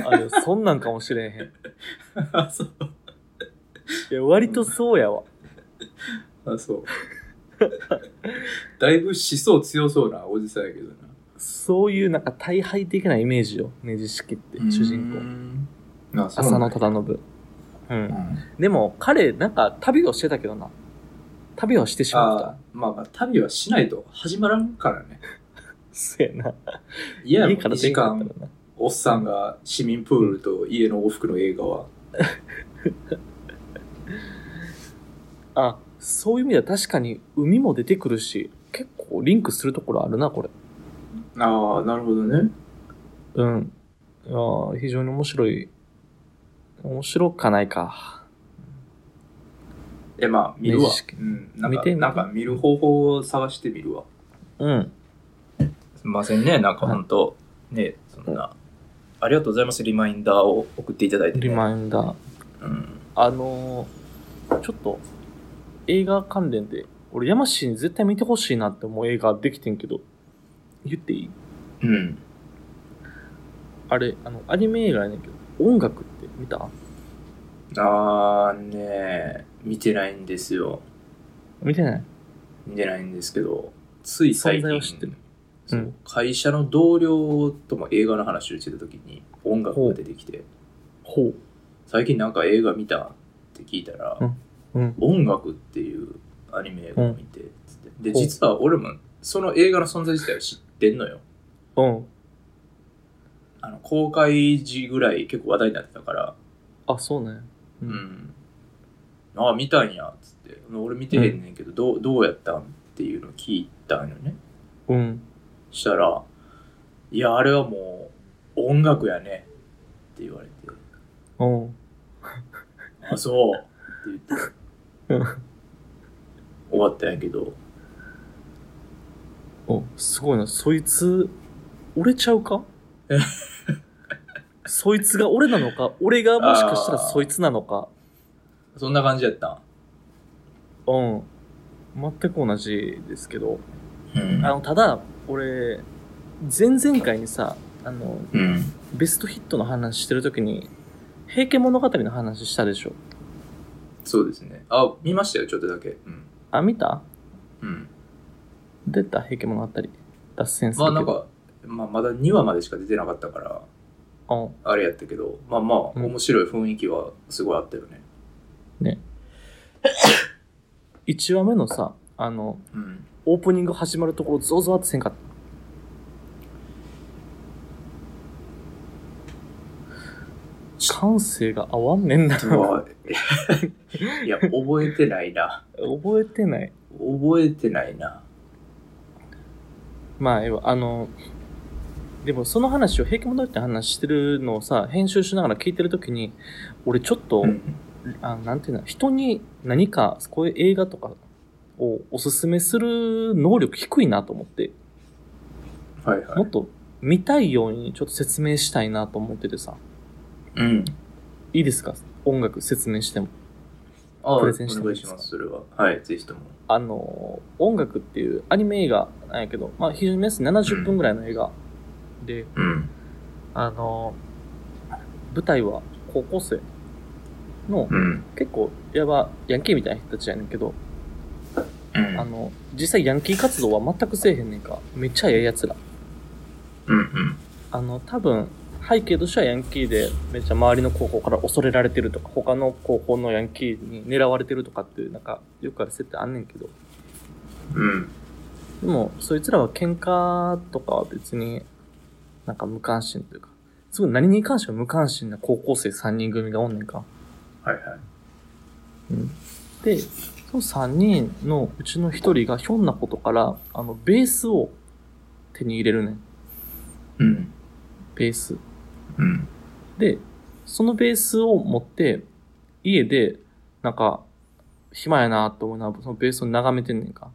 [SPEAKER 1] あれ、そんなんかもしれへん。
[SPEAKER 2] あ、 そう。
[SPEAKER 1] いや、割とそうやわ。
[SPEAKER 2] あ、そう。だいぶ思想強そうなおじさんやけどな。
[SPEAKER 1] そういうなんか大敗的なイメージよ。ねじ式って、主人公。
[SPEAKER 2] 公。あ、そう
[SPEAKER 1] 浅
[SPEAKER 2] な
[SPEAKER 1] 野
[SPEAKER 2] んだ
[SPEAKER 1] 忠信。うん
[SPEAKER 2] う。ん
[SPEAKER 1] でも、彼、なんか、旅をしてたけどな。旅をしてしまっ
[SPEAKER 2] あ
[SPEAKER 1] た。
[SPEAKER 2] まあまあ、旅はしないと始まらんからね。
[SPEAKER 1] そうやな。
[SPEAKER 2] いや、
[SPEAKER 1] 家か
[SPEAKER 2] 2
[SPEAKER 1] ら出
[SPEAKER 2] 時
[SPEAKER 1] んかった
[SPEAKER 2] 間、
[SPEAKER 1] らな。
[SPEAKER 2] おっさんが市民プールと家の往復の映画は。
[SPEAKER 1] あ、そういう意味では確かに海も出てくるし、結構リンクするところあるな、これ。
[SPEAKER 2] ああ、なるほどね。
[SPEAKER 1] うん。あー非常に面白い。面白かないか。
[SPEAKER 2] え、まあ、見るわ
[SPEAKER 1] 明治式。
[SPEAKER 2] うん、なん
[SPEAKER 1] 見
[SPEAKER 2] か
[SPEAKER 1] てみて
[SPEAKER 2] なんか見る方法を探してみるわ。
[SPEAKER 1] うん。
[SPEAKER 2] すみませんね、なんか本当ね、そんな。ありがとうございます、リマインダーを送っていただいて、ね。
[SPEAKER 1] リマインダー。
[SPEAKER 2] うん。
[SPEAKER 1] あのーちょっと、映画関連で、俺、山氏に絶対見てほしいなって思う映画できてんけど、言っていい
[SPEAKER 2] うん。
[SPEAKER 1] あれ、あの、アニメ映画やねんけど、音楽って見た
[SPEAKER 2] あーねえ、見てないんですよ。
[SPEAKER 1] 見てない
[SPEAKER 2] 見てないんですけど、つい最
[SPEAKER 1] 存在
[SPEAKER 2] 近
[SPEAKER 1] は知ってる
[SPEAKER 2] そう
[SPEAKER 1] うん
[SPEAKER 2] 会社の同僚とも映画の話をしてた時に音楽が出てきて、
[SPEAKER 1] ほ
[SPEAKER 2] 最近なんか映画見たって聞いたら、
[SPEAKER 1] う。うん。
[SPEAKER 2] 音楽っていうアニメ映画を見て、つってで、
[SPEAKER 1] ほう
[SPEAKER 2] 実は俺もその映画の存在自体を知ってんのよ。
[SPEAKER 1] うん。
[SPEAKER 2] あの公開時ぐらい結構話題になってたから、
[SPEAKER 1] あ、そうね。う
[SPEAKER 2] うんん。ああ、見たんや、つって。俺見てへんねんけど、どうどうやったんっていうのを聞いたんよね。
[SPEAKER 1] うん。
[SPEAKER 2] したら、いや、あれはもう音楽やね。って言われて、
[SPEAKER 1] うん。
[SPEAKER 2] あ、そう。って言って
[SPEAKER 1] うん
[SPEAKER 2] 終わったんやけど、
[SPEAKER 1] お、すごいな。そいつ、俺ちゃう か
[SPEAKER 2] え
[SPEAKER 1] そいつが俺なのか俺がもしかしたらそいつなのか
[SPEAKER 2] そんな感じやったん。
[SPEAKER 1] うん。全く同じですけど。
[SPEAKER 2] うん
[SPEAKER 1] あの、ただ、俺、前々回にさ、あの、
[SPEAKER 2] うん。
[SPEAKER 1] ベストヒットの話してるときに、平家物語の話したでしょ。
[SPEAKER 2] そうですね。あ、見ましたよ、ちょっとだけ。うん。
[SPEAKER 1] あ、見た
[SPEAKER 2] うん。
[SPEAKER 1] 出た平家物語。脱線する
[SPEAKER 2] まあ
[SPEAKER 1] けど。
[SPEAKER 2] なんか、まあまだ2話までしか出てなかったから、
[SPEAKER 1] うん。
[SPEAKER 2] あれやったけど、まあまあ、
[SPEAKER 1] うん
[SPEAKER 2] 面白い雰囲気はすごいあったよね。
[SPEAKER 1] 1話目のさ、あの、
[SPEAKER 2] うん。
[SPEAKER 1] オープニング始まるところゾワゾワってせんかった。感性が合わんねんな。
[SPEAKER 2] うわいや、覚えてないな。
[SPEAKER 1] 覚えてない。
[SPEAKER 2] 覚えてないな。
[SPEAKER 1] まあ、ええわあの、でもその話を平気戻って話してるのをさ、編集しながら聞いてるときに、俺ちょっと、あなんていうの、人に何か、こういう映画とかをおすすめする能力低いなと思って、
[SPEAKER 2] はいは
[SPEAKER 1] も
[SPEAKER 2] い
[SPEAKER 1] っ。と見たいようにちょっと説明したいなと思っててさ、
[SPEAKER 2] うん。
[SPEAKER 1] いいですか音楽説明しても。
[SPEAKER 2] あ
[SPEAKER 1] プレゼンして
[SPEAKER 2] お
[SPEAKER 1] もい
[SPEAKER 2] 願
[SPEAKER 1] い
[SPEAKER 2] い
[SPEAKER 1] です
[SPEAKER 2] し
[SPEAKER 1] か
[SPEAKER 2] ます、それは。はい、ぜひとも。
[SPEAKER 1] あの、音楽っていうアニメ映画なんやけど、まあ非常に目安い70分ぐらいの映画で、
[SPEAKER 2] うん。
[SPEAKER 1] あの、舞台は高校生の
[SPEAKER 2] うん。
[SPEAKER 1] 結構、いわばヤンキーみたいな人たちやねんけど、
[SPEAKER 2] う
[SPEAKER 1] あ
[SPEAKER 2] ん。
[SPEAKER 1] の、実際ヤンキー活動は全くせえへんねんか。めっちゃええ奴ら。
[SPEAKER 2] うん。
[SPEAKER 1] あの、多分、背景としてはヤンキーで、めっちゃ周りの高校から恐れられてるとか、他の高校のヤンキーに狙われてるとかっていう、なんか、よくある設定あんねんけど。
[SPEAKER 2] うん。
[SPEAKER 1] でも、そいつらは喧嘩とかは別に、なんか無関心というか、すごい何に関しても無関心な高校生3人組がおんねんか。
[SPEAKER 2] はいはい。
[SPEAKER 1] で、その3人のうちの1人がひょんなことから、あの、ベースを手に入れるねん。
[SPEAKER 2] うん。
[SPEAKER 1] ベース。
[SPEAKER 2] うん。
[SPEAKER 1] で、そのベースを持って、家で、なんか、暇やなと思いながら、そのベースを眺めてんねんか。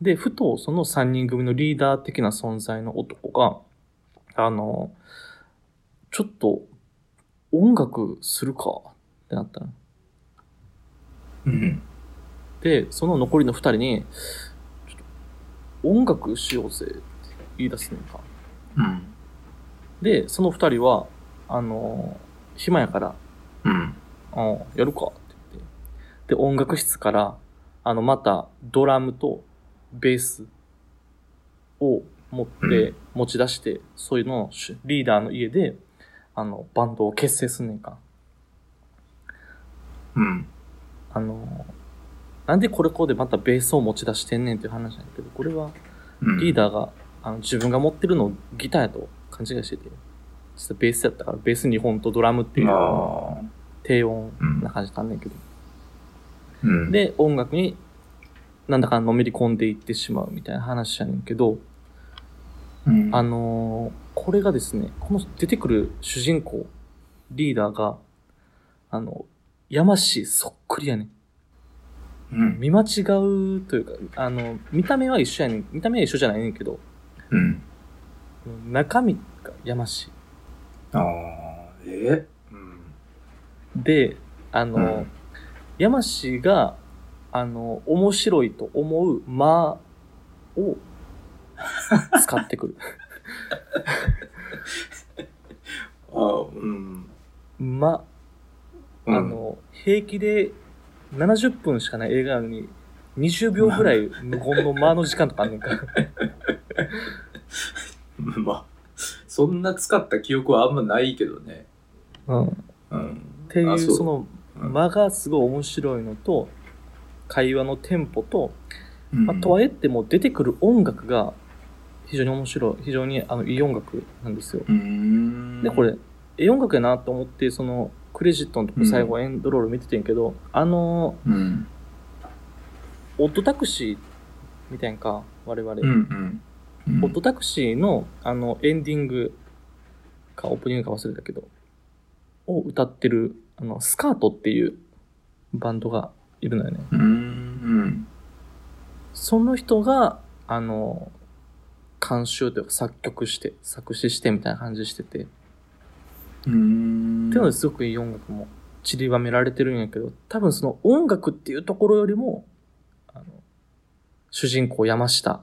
[SPEAKER 1] で、ふと、その3人組のリーダー的な存在の男が、あの、ちょっと、音楽するか、ってなったの。
[SPEAKER 2] うん。
[SPEAKER 1] で、その残りの二人に、ちょっと音楽しようぜって言い出すねんか。
[SPEAKER 2] うん。
[SPEAKER 1] で、その二人は、あのー暇やから、
[SPEAKER 2] うん。
[SPEAKER 1] うん、やるかって言って。で、音楽室から、あの、また、ドラムとベースを持って、持ち出して、そういうのをしリーダーの家で、あの、バンドを結成すんねんか。
[SPEAKER 2] うん。
[SPEAKER 1] あのーなんでこれこうでまたベースを持ち出してんねんっていう話なんだけど、これは、
[SPEAKER 2] うん。
[SPEAKER 1] リーダーがあの自分が持ってるのをギターやと勘違いしてて、実はベースやったから、ベース2本とドラムっていう
[SPEAKER 2] ああ。
[SPEAKER 1] 低音
[SPEAKER 2] うん
[SPEAKER 1] な感じなんだけど。
[SPEAKER 2] うん。
[SPEAKER 1] で、音楽になんだかのめり込んでいってしまうみたいな話やねんけど、
[SPEAKER 2] うん、
[SPEAKER 1] あのーこれがですね、この出てくる主人公、リーダーが、あの、山氏そっくりやねん。
[SPEAKER 2] うん。
[SPEAKER 1] 見間違うというか、あの、見た目は一緒やねん。見た目は一緒じゃないねんけど、
[SPEAKER 2] うん。
[SPEAKER 1] 中身が山氏。
[SPEAKER 2] ああ。えうん。
[SPEAKER 1] で、あの、
[SPEAKER 2] うん
[SPEAKER 1] 山氏が、あの、面白いと思う間を使って くる。
[SPEAKER 2] ああ、うん。
[SPEAKER 1] 間。あ
[SPEAKER 2] うん、
[SPEAKER 1] の、平気で70分しかない映画なのに、20秒ぐらい無言の間の時間とかあんねんか。
[SPEAKER 2] まあ、そんな使った記憶はあんまないけどね。
[SPEAKER 1] うん。っ
[SPEAKER 2] うん。
[SPEAKER 1] ていう、
[SPEAKER 2] あ
[SPEAKER 1] そ、の
[SPEAKER 2] うん
[SPEAKER 1] 間がすごい面白いのと、会話のテンポと、
[SPEAKER 2] うん
[SPEAKER 1] まあ、とはいえってもう出てくる音楽が非常に面白い、非常にあのいい音楽なんですよ。
[SPEAKER 2] うーん。
[SPEAKER 1] で、これ、え、音楽やなと思って、その、クレジットのとこ最後エンドロール見ててんけど、あの、
[SPEAKER 2] うん。
[SPEAKER 1] オットタクシーみたいんか、我々。
[SPEAKER 2] うんうん。うん
[SPEAKER 1] オットタクシーの、あの、エンディングか、オープニングか忘れたけど、を歌ってる、あの、スカートっていうバンドがいるのよね。
[SPEAKER 2] うーん。
[SPEAKER 1] その人が、あの、監修というか作曲して、作詞してみたいな感じしてて、
[SPEAKER 2] うーん。
[SPEAKER 1] っていうのですごくいい音楽も散りばめられてるんやけど、多分その音楽っていうところよりも、あの、主人公山下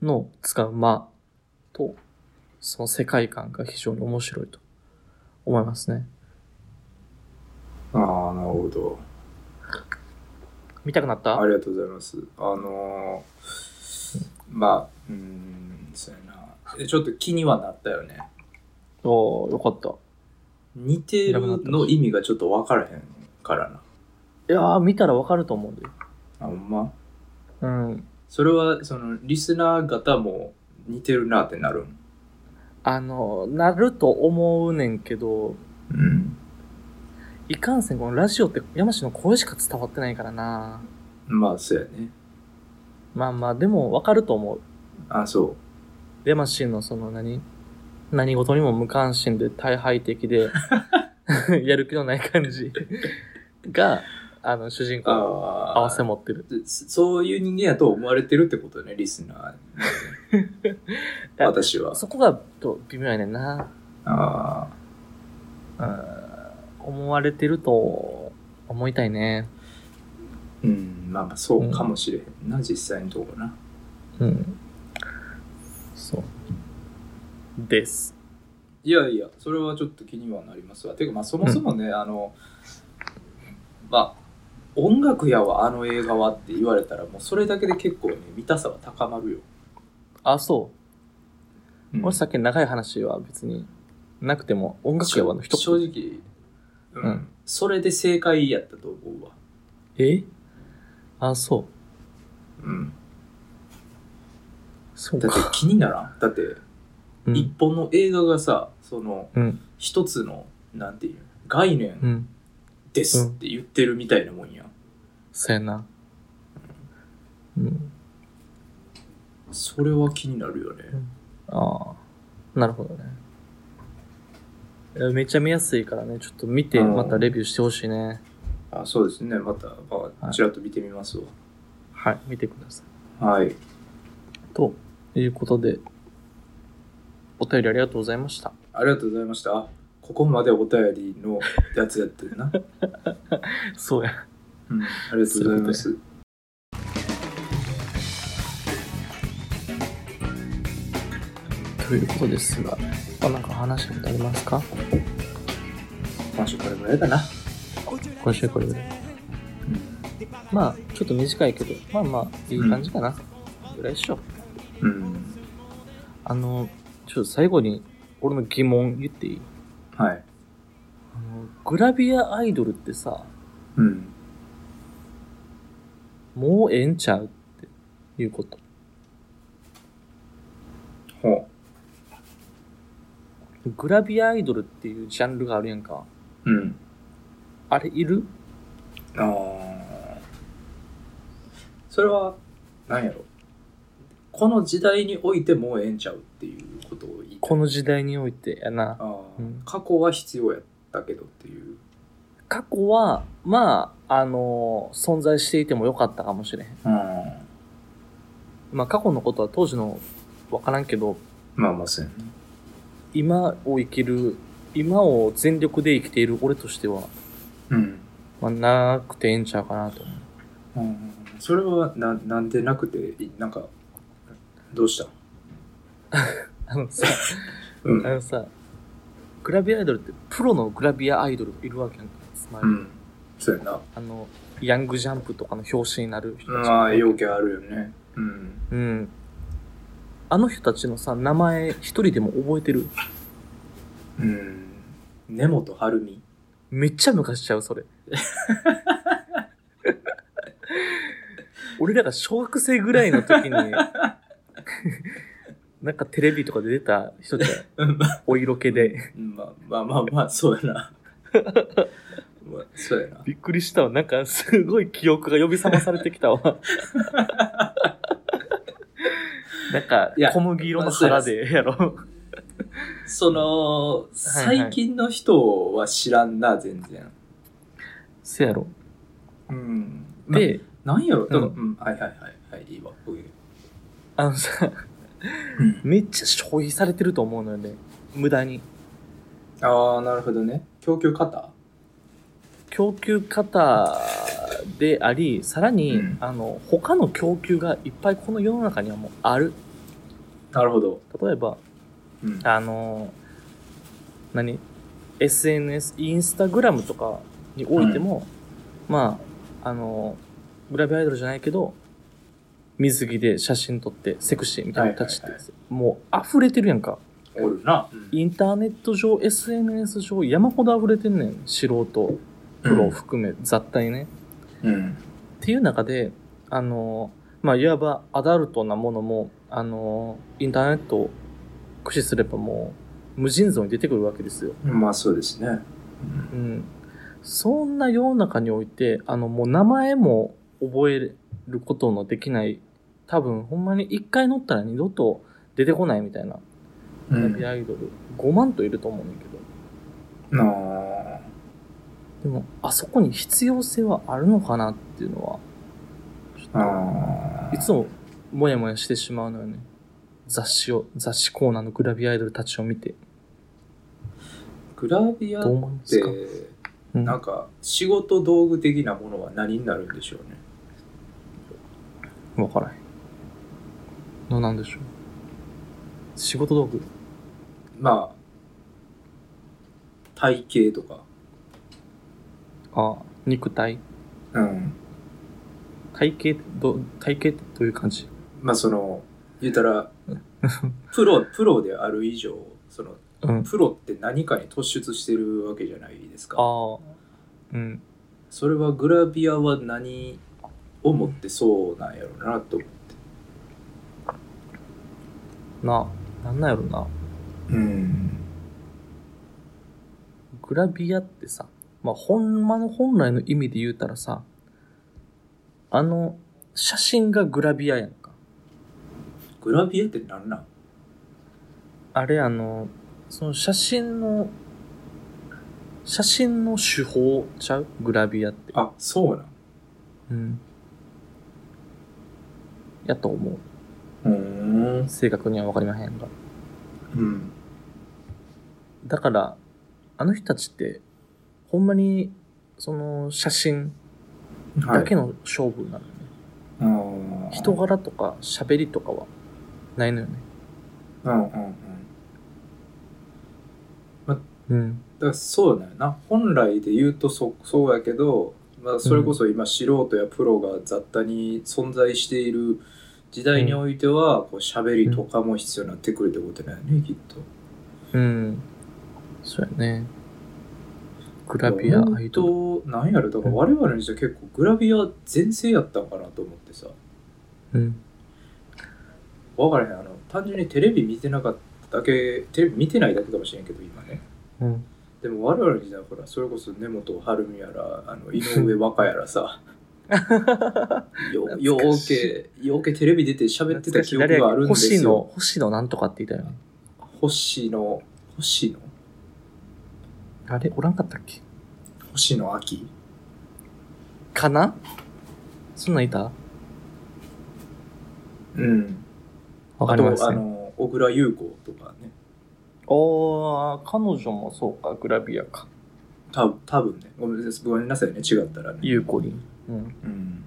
[SPEAKER 1] の使う間と、その世界観が非常に面白いと思いますね。
[SPEAKER 2] ああ、なるほど。
[SPEAKER 1] 見たくなった
[SPEAKER 2] ありがとうございます。あのーまあ、うーん、そうやな。えちょっと気にはなったよね。
[SPEAKER 1] おーよかった。
[SPEAKER 2] 似てるの意味がちょっと分からへんからな。
[SPEAKER 1] いやー、見たらわかると思うで。
[SPEAKER 2] あ、ほんま
[SPEAKER 1] うん。
[SPEAKER 2] それは、その、リスナー方も似てるなってなるん
[SPEAKER 1] あの、なると思うねんけど、
[SPEAKER 2] うん。
[SPEAKER 1] いかんせんこのラジオって山下の声しか伝わってないからな。
[SPEAKER 2] まあ、そうやね。
[SPEAKER 1] まあまあ、でもわかると思う。
[SPEAKER 2] あ、そ
[SPEAKER 1] レマシンのその何何事にも無関心で大敗的で、やる気のない感じが、あの、主人
[SPEAKER 2] う。
[SPEAKER 1] 公を
[SPEAKER 2] あ
[SPEAKER 1] 合わせ持ってる。
[SPEAKER 2] そそういう人間やと思われてるってことね、リスナー。 私は。
[SPEAKER 1] そこがと微妙やねんな。
[SPEAKER 2] あ
[SPEAKER 1] うん思われてると思いたいね。
[SPEAKER 2] あ。うん、まあまあ、そうかもしれへんな、実際のとこな。
[SPEAKER 1] うん。そう。です。
[SPEAKER 2] いやいや、それはちょっと気にはなりますわ。てか、まあ、そもそもね、あの、まあ、音楽やわ、あの映画はって言われたら、もうそれだけで結構ね、見たさは高まるよ。
[SPEAKER 1] あ、そう。
[SPEAKER 2] うん
[SPEAKER 1] 俺さっきの長い話は別になくても音楽やわの一
[SPEAKER 2] 正
[SPEAKER 1] 言。
[SPEAKER 2] 直、う
[SPEAKER 1] う
[SPEAKER 2] ん、
[SPEAKER 1] ん
[SPEAKER 2] それで正解やったと思うわ。
[SPEAKER 1] えあ、そう。
[SPEAKER 2] うん。
[SPEAKER 1] そう
[SPEAKER 2] だって
[SPEAKER 1] か。
[SPEAKER 2] 気にならん。だって、
[SPEAKER 1] うん
[SPEAKER 2] 一本の映画がさ、その、
[SPEAKER 1] うん
[SPEAKER 2] 一つの、なんていう、概
[SPEAKER 1] う
[SPEAKER 2] 念
[SPEAKER 1] ん。
[SPEAKER 2] ですって言ってるみたいなもんや。
[SPEAKER 1] そうやな。うん。
[SPEAKER 2] それは気になるよね。
[SPEAKER 1] ああ。なるほどねいや。めっちゃ見やすいからね、ちょっと見て、
[SPEAKER 2] うん
[SPEAKER 1] またレビューしてほしいね。
[SPEAKER 2] あそうですね。また、ま
[SPEAKER 1] は
[SPEAKER 2] あ、
[SPEAKER 1] い
[SPEAKER 2] ちらっと見てみますわ。
[SPEAKER 1] はい、見てくださ
[SPEAKER 2] はい。
[SPEAKER 1] い。ということで、お便りありがとうございました。
[SPEAKER 2] ありがとうございました。あここまでお便りのやつやってるな。
[SPEAKER 1] そうや。
[SPEAKER 2] うん、ありがとうございます。
[SPEAKER 1] ということですが、あなんか話したことありますか
[SPEAKER 2] 今週これぐらいだな。
[SPEAKER 1] 今週これぐらい。まあ、ちょっと短いけど、まあまあ、いい感じかな。ぐらいでしょ。
[SPEAKER 2] うん。うん、
[SPEAKER 1] あの、ちょっと最後に、俺の疑問言っていい
[SPEAKER 2] はい。
[SPEAKER 1] あのグラビアアイドルってさ、
[SPEAKER 2] うん。
[SPEAKER 1] もうええんちゃうっていうこと。
[SPEAKER 2] ほ
[SPEAKER 1] グラビアアイドルっていうジャンルがあるやんか。
[SPEAKER 2] う。うん。
[SPEAKER 1] あれいる
[SPEAKER 2] あーそれは、なんやろ。この時代においてもうええんちゃうっていうことを言いたい
[SPEAKER 1] この時代においてやな。
[SPEAKER 2] あー、
[SPEAKER 1] うん
[SPEAKER 2] 過去は必要やったけどっていう。
[SPEAKER 1] 過去は、まあ、あの存在していてもよかったかもしれへん。
[SPEAKER 2] うん。
[SPEAKER 1] まあ、過去のことは当時のわからんけど、
[SPEAKER 2] まあまあそうやね。
[SPEAKER 1] 今を生きる、今を全力で生きている俺としては、
[SPEAKER 2] うん。
[SPEAKER 1] まあ、なくてええんちゃうかなと思う。
[SPEAKER 2] うんそれはな、なんでなくていい、なんか、どうした
[SPEAKER 1] あのさ、
[SPEAKER 2] う
[SPEAKER 1] あのさ、グラビアアイドルってプロのグラビアアイドルがいるわけやんか。つまり
[SPEAKER 2] うん。そうやな。
[SPEAKER 1] あの、ヤングジャンプとかの表紙になる人たち。
[SPEAKER 2] まあ、要件あるよね。うん。
[SPEAKER 1] うん。あの人たちのさ、名前一人でも覚えてる。
[SPEAKER 2] うん。根本晴美。
[SPEAKER 1] めっちゃ昔ちゃう、それ。俺らが小学生ぐらいの時に、なんかテレビとかで出た人じゃん
[SPEAKER 2] うん
[SPEAKER 1] お色気で。
[SPEAKER 2] まあまあまあまあ、そうやな。 まあ、そうやな。
[SPEAKER 1] びっくりしたわ。なんかすごい記憶が呼び覚まされてきたわ。なんか
[SPEAKER 2] いや
[SPEAKER 1] 小麦色の腹でやろ。
[SPEAKER 2] その、最近の人は知らんな、全然。
[SPEAKER 1] せやろ。
[SPEAKER 2] うん。で、
[SPEAKER 1] で、
[SPEAKER 2] なんやろ、だから、
[SPEAKER 1] う
[SPEAKER 2] うんん、はいはいはい、はい、いいわ。OK
[SPEAKER 1] あのさ、
[SPEAKER 2] うん、
[SPEAKER 1] めっちゃ消費されてると思うのよね。無駄に。
[SPEAKER 2] ああ、なるほどね。供給型
[SPEAKER 1] 供給方であり、さらに、
[SPEAKER 2] うん
[SPEAKER 1] あの、他の供給がいっぱいこの世の中にはもうある。
[SPEAKER 2] なるほど。
[SPEAKER 1] 例えば、
[SPEAKER 2] うん。
[SPEAKER 1] あの、何 ?SNS、インスタグラムとかにおいても、まあ、あの、グラビアアイドルじゃないけど、水着で写真撮ってセクシーみたいな人たちって、
[SPEAKER 2] はいは
[SPEAKER 1] もう溢れてるやんか。
[SPEAKER 2] おるな。うん
[SPEAKER 1] インターネット上、SNS 上、山ほど溢れてんねん。素人、プロを含め、雑多にね。
[SPEAKER 2] うん。
[SPEAKER 1] っていう中で、あの、まあ、いわばアダルトなものも、あの、インターネットを駆使すればもう、無尽蔵に出てくるわけですよ。
[SPEAKER 2] うんまあ、そうですね。
[SPEAKER 1] うん。そんな世の中において、あの、もう名前も覚えることのできない、多分、ほんまに一回乗ったら二度と出てこないみたいな、
[SPEAKER 2] う
[SPEAKER 1] グラ
[SPEAKER 2] ん。
[SPEAKER 1] ビアアイドル、5万といると思うねんだけど。
[SPEAKER 2] あー
[SPEAKER 1] でも、あそこに必要性はあるのかなっていうのは、ちょっと
[SPEAKER 2] あー。
[SPEAKER 1] いつももやもやしてしまうのよね。雑誌を、雑誌コーナーのグラビアアイドルたちを見て。
[SPEAKER 2] グラビア
[SPEAKER 1] どう
[SPEAKER 2] っ
[SPEAKER 1] 思います
[SPEAKER 2] て
[SPEAKER 1] か、、うん
[SPEAKER 2] なんか、仕事道具的なものは何になるんでしょうね。
[SPEAKER 1] わからへん。のなんでしょう。仕事道具。
[SPEAKER 2] まあ、体型とか。
[SPEAKER 1] ああ、肉体。
[SPEAKER 2] うん。
[SPEAKER 1] 体型ど、体型ってどういう感じ
[SPEAKER 2] まあその、言ったら、プロ、プロである以上、その、
[SPEAKER 1] うん。
[SPEAKER 2] プロって何かに突出してるわけじゃないです
[SPEAKER 1] あ
[SPEAKER 2] か。
[SPEAKER 1] あ、うん。
[SPEAKER 2] それはグラビアは何をもってそうなんやろうなと。
[SPEAKER 1] な、なんなんやろな。
[SPEAKER 2] うん。
[SPEAKER 1] グラビアってさ、まあ、ほんまの本来の意味で言うたらさ、あの、写真がグラビアやんか。
[SPEAKER 2] グラビアってなんなん
[SPEAKER 1] あれあの、その写真の、写真の手法ちゃうグラビアって。
[SPEAKER 2] あ、そうなん。
[SPEAKER 1] うん。やと思う。
[SPEAKER 2] うん。
[SPEAKER 1] 正確にはわかりまへんが。
[SPEAKER 2] うん。
[SPEAKER 1] だから、あの人たちって、ほんまに、その、写真
[SPEAKER 2] は
[SPEAKER 1] だ
[SPEAKER 2] い。
[SPEAKER 1] けの勝負なのよね。
[SPEAKER 2] あー
[SPEAKER 1] 人。柄とか喋りとかは、ないのよね。
[SPEAKER 2] うんうんうん。
[SPEAKER 1] うん。
[SPEAKER 2] だからそうだよな。本来で言うとそそうやけど、まあ、それこそ今素人やプロが雑多に存在している時代においては、こう喋りとかも必要になってくるってことだよね、きっと。
[SPEAKER 1] うん。そうやね。グラビアアイドル。
[SPEAKER 2] 本当なんやろだから我々にしては結構グラビア全盛やったんかなと思ってさ
[SPEAKER 1] うん。
[SPEAKER 2] 分からへんあの単純にテレビ見てなかっただけテレビ見てないだけかもしれんけど今ね
[SPEAKER 1] うん。
[SPEAKER 2] でも我々にしてはほらそれこそ根本晴美やらあの井 上和歌やらさよ
[SPEAKER 1] 懐
[SPEAKER 2] よ
[SPEAKER 1] か
[SPEAKER 2] う
[SPEAKER 1] しい
[SPEAKER 2] けようけテレビ出て喋ってた記憶
[SPEAKER 1] 誰や
[SPEAKER 2] があるんです
[SPEAKER 1] 星野、
[SPEAKER 2] よ
[SPEAKER 1] 星野なんとかって言ったよね。
[SPEAKER 2] 星野星野
[SPEAKER 1] あれおらんかったっけ
[SPEAKER 2] 星野秋
[SPEAKER 1] かなそんなんいた
[SPEAKER 2] うん
[SPEAKER 1] わか
[SPEAKER 2] あ
[SPEAKER 1] りま
[SPEAKER 2] と
[SPEAKER 1] す
[SPEAKER 2] あ
[SPEAKER 1] ね。
[SPEAKER 2] の小倉優子とかね
[SPEAKER 1] おー、彼女もそうか、グラビアか。
[SPEAKER 2] た多分ねごめんなさいごめんなさいね違ったらね
[SPEAKER 1] ゆうこりん。うん。
[SPEAKER 2] うん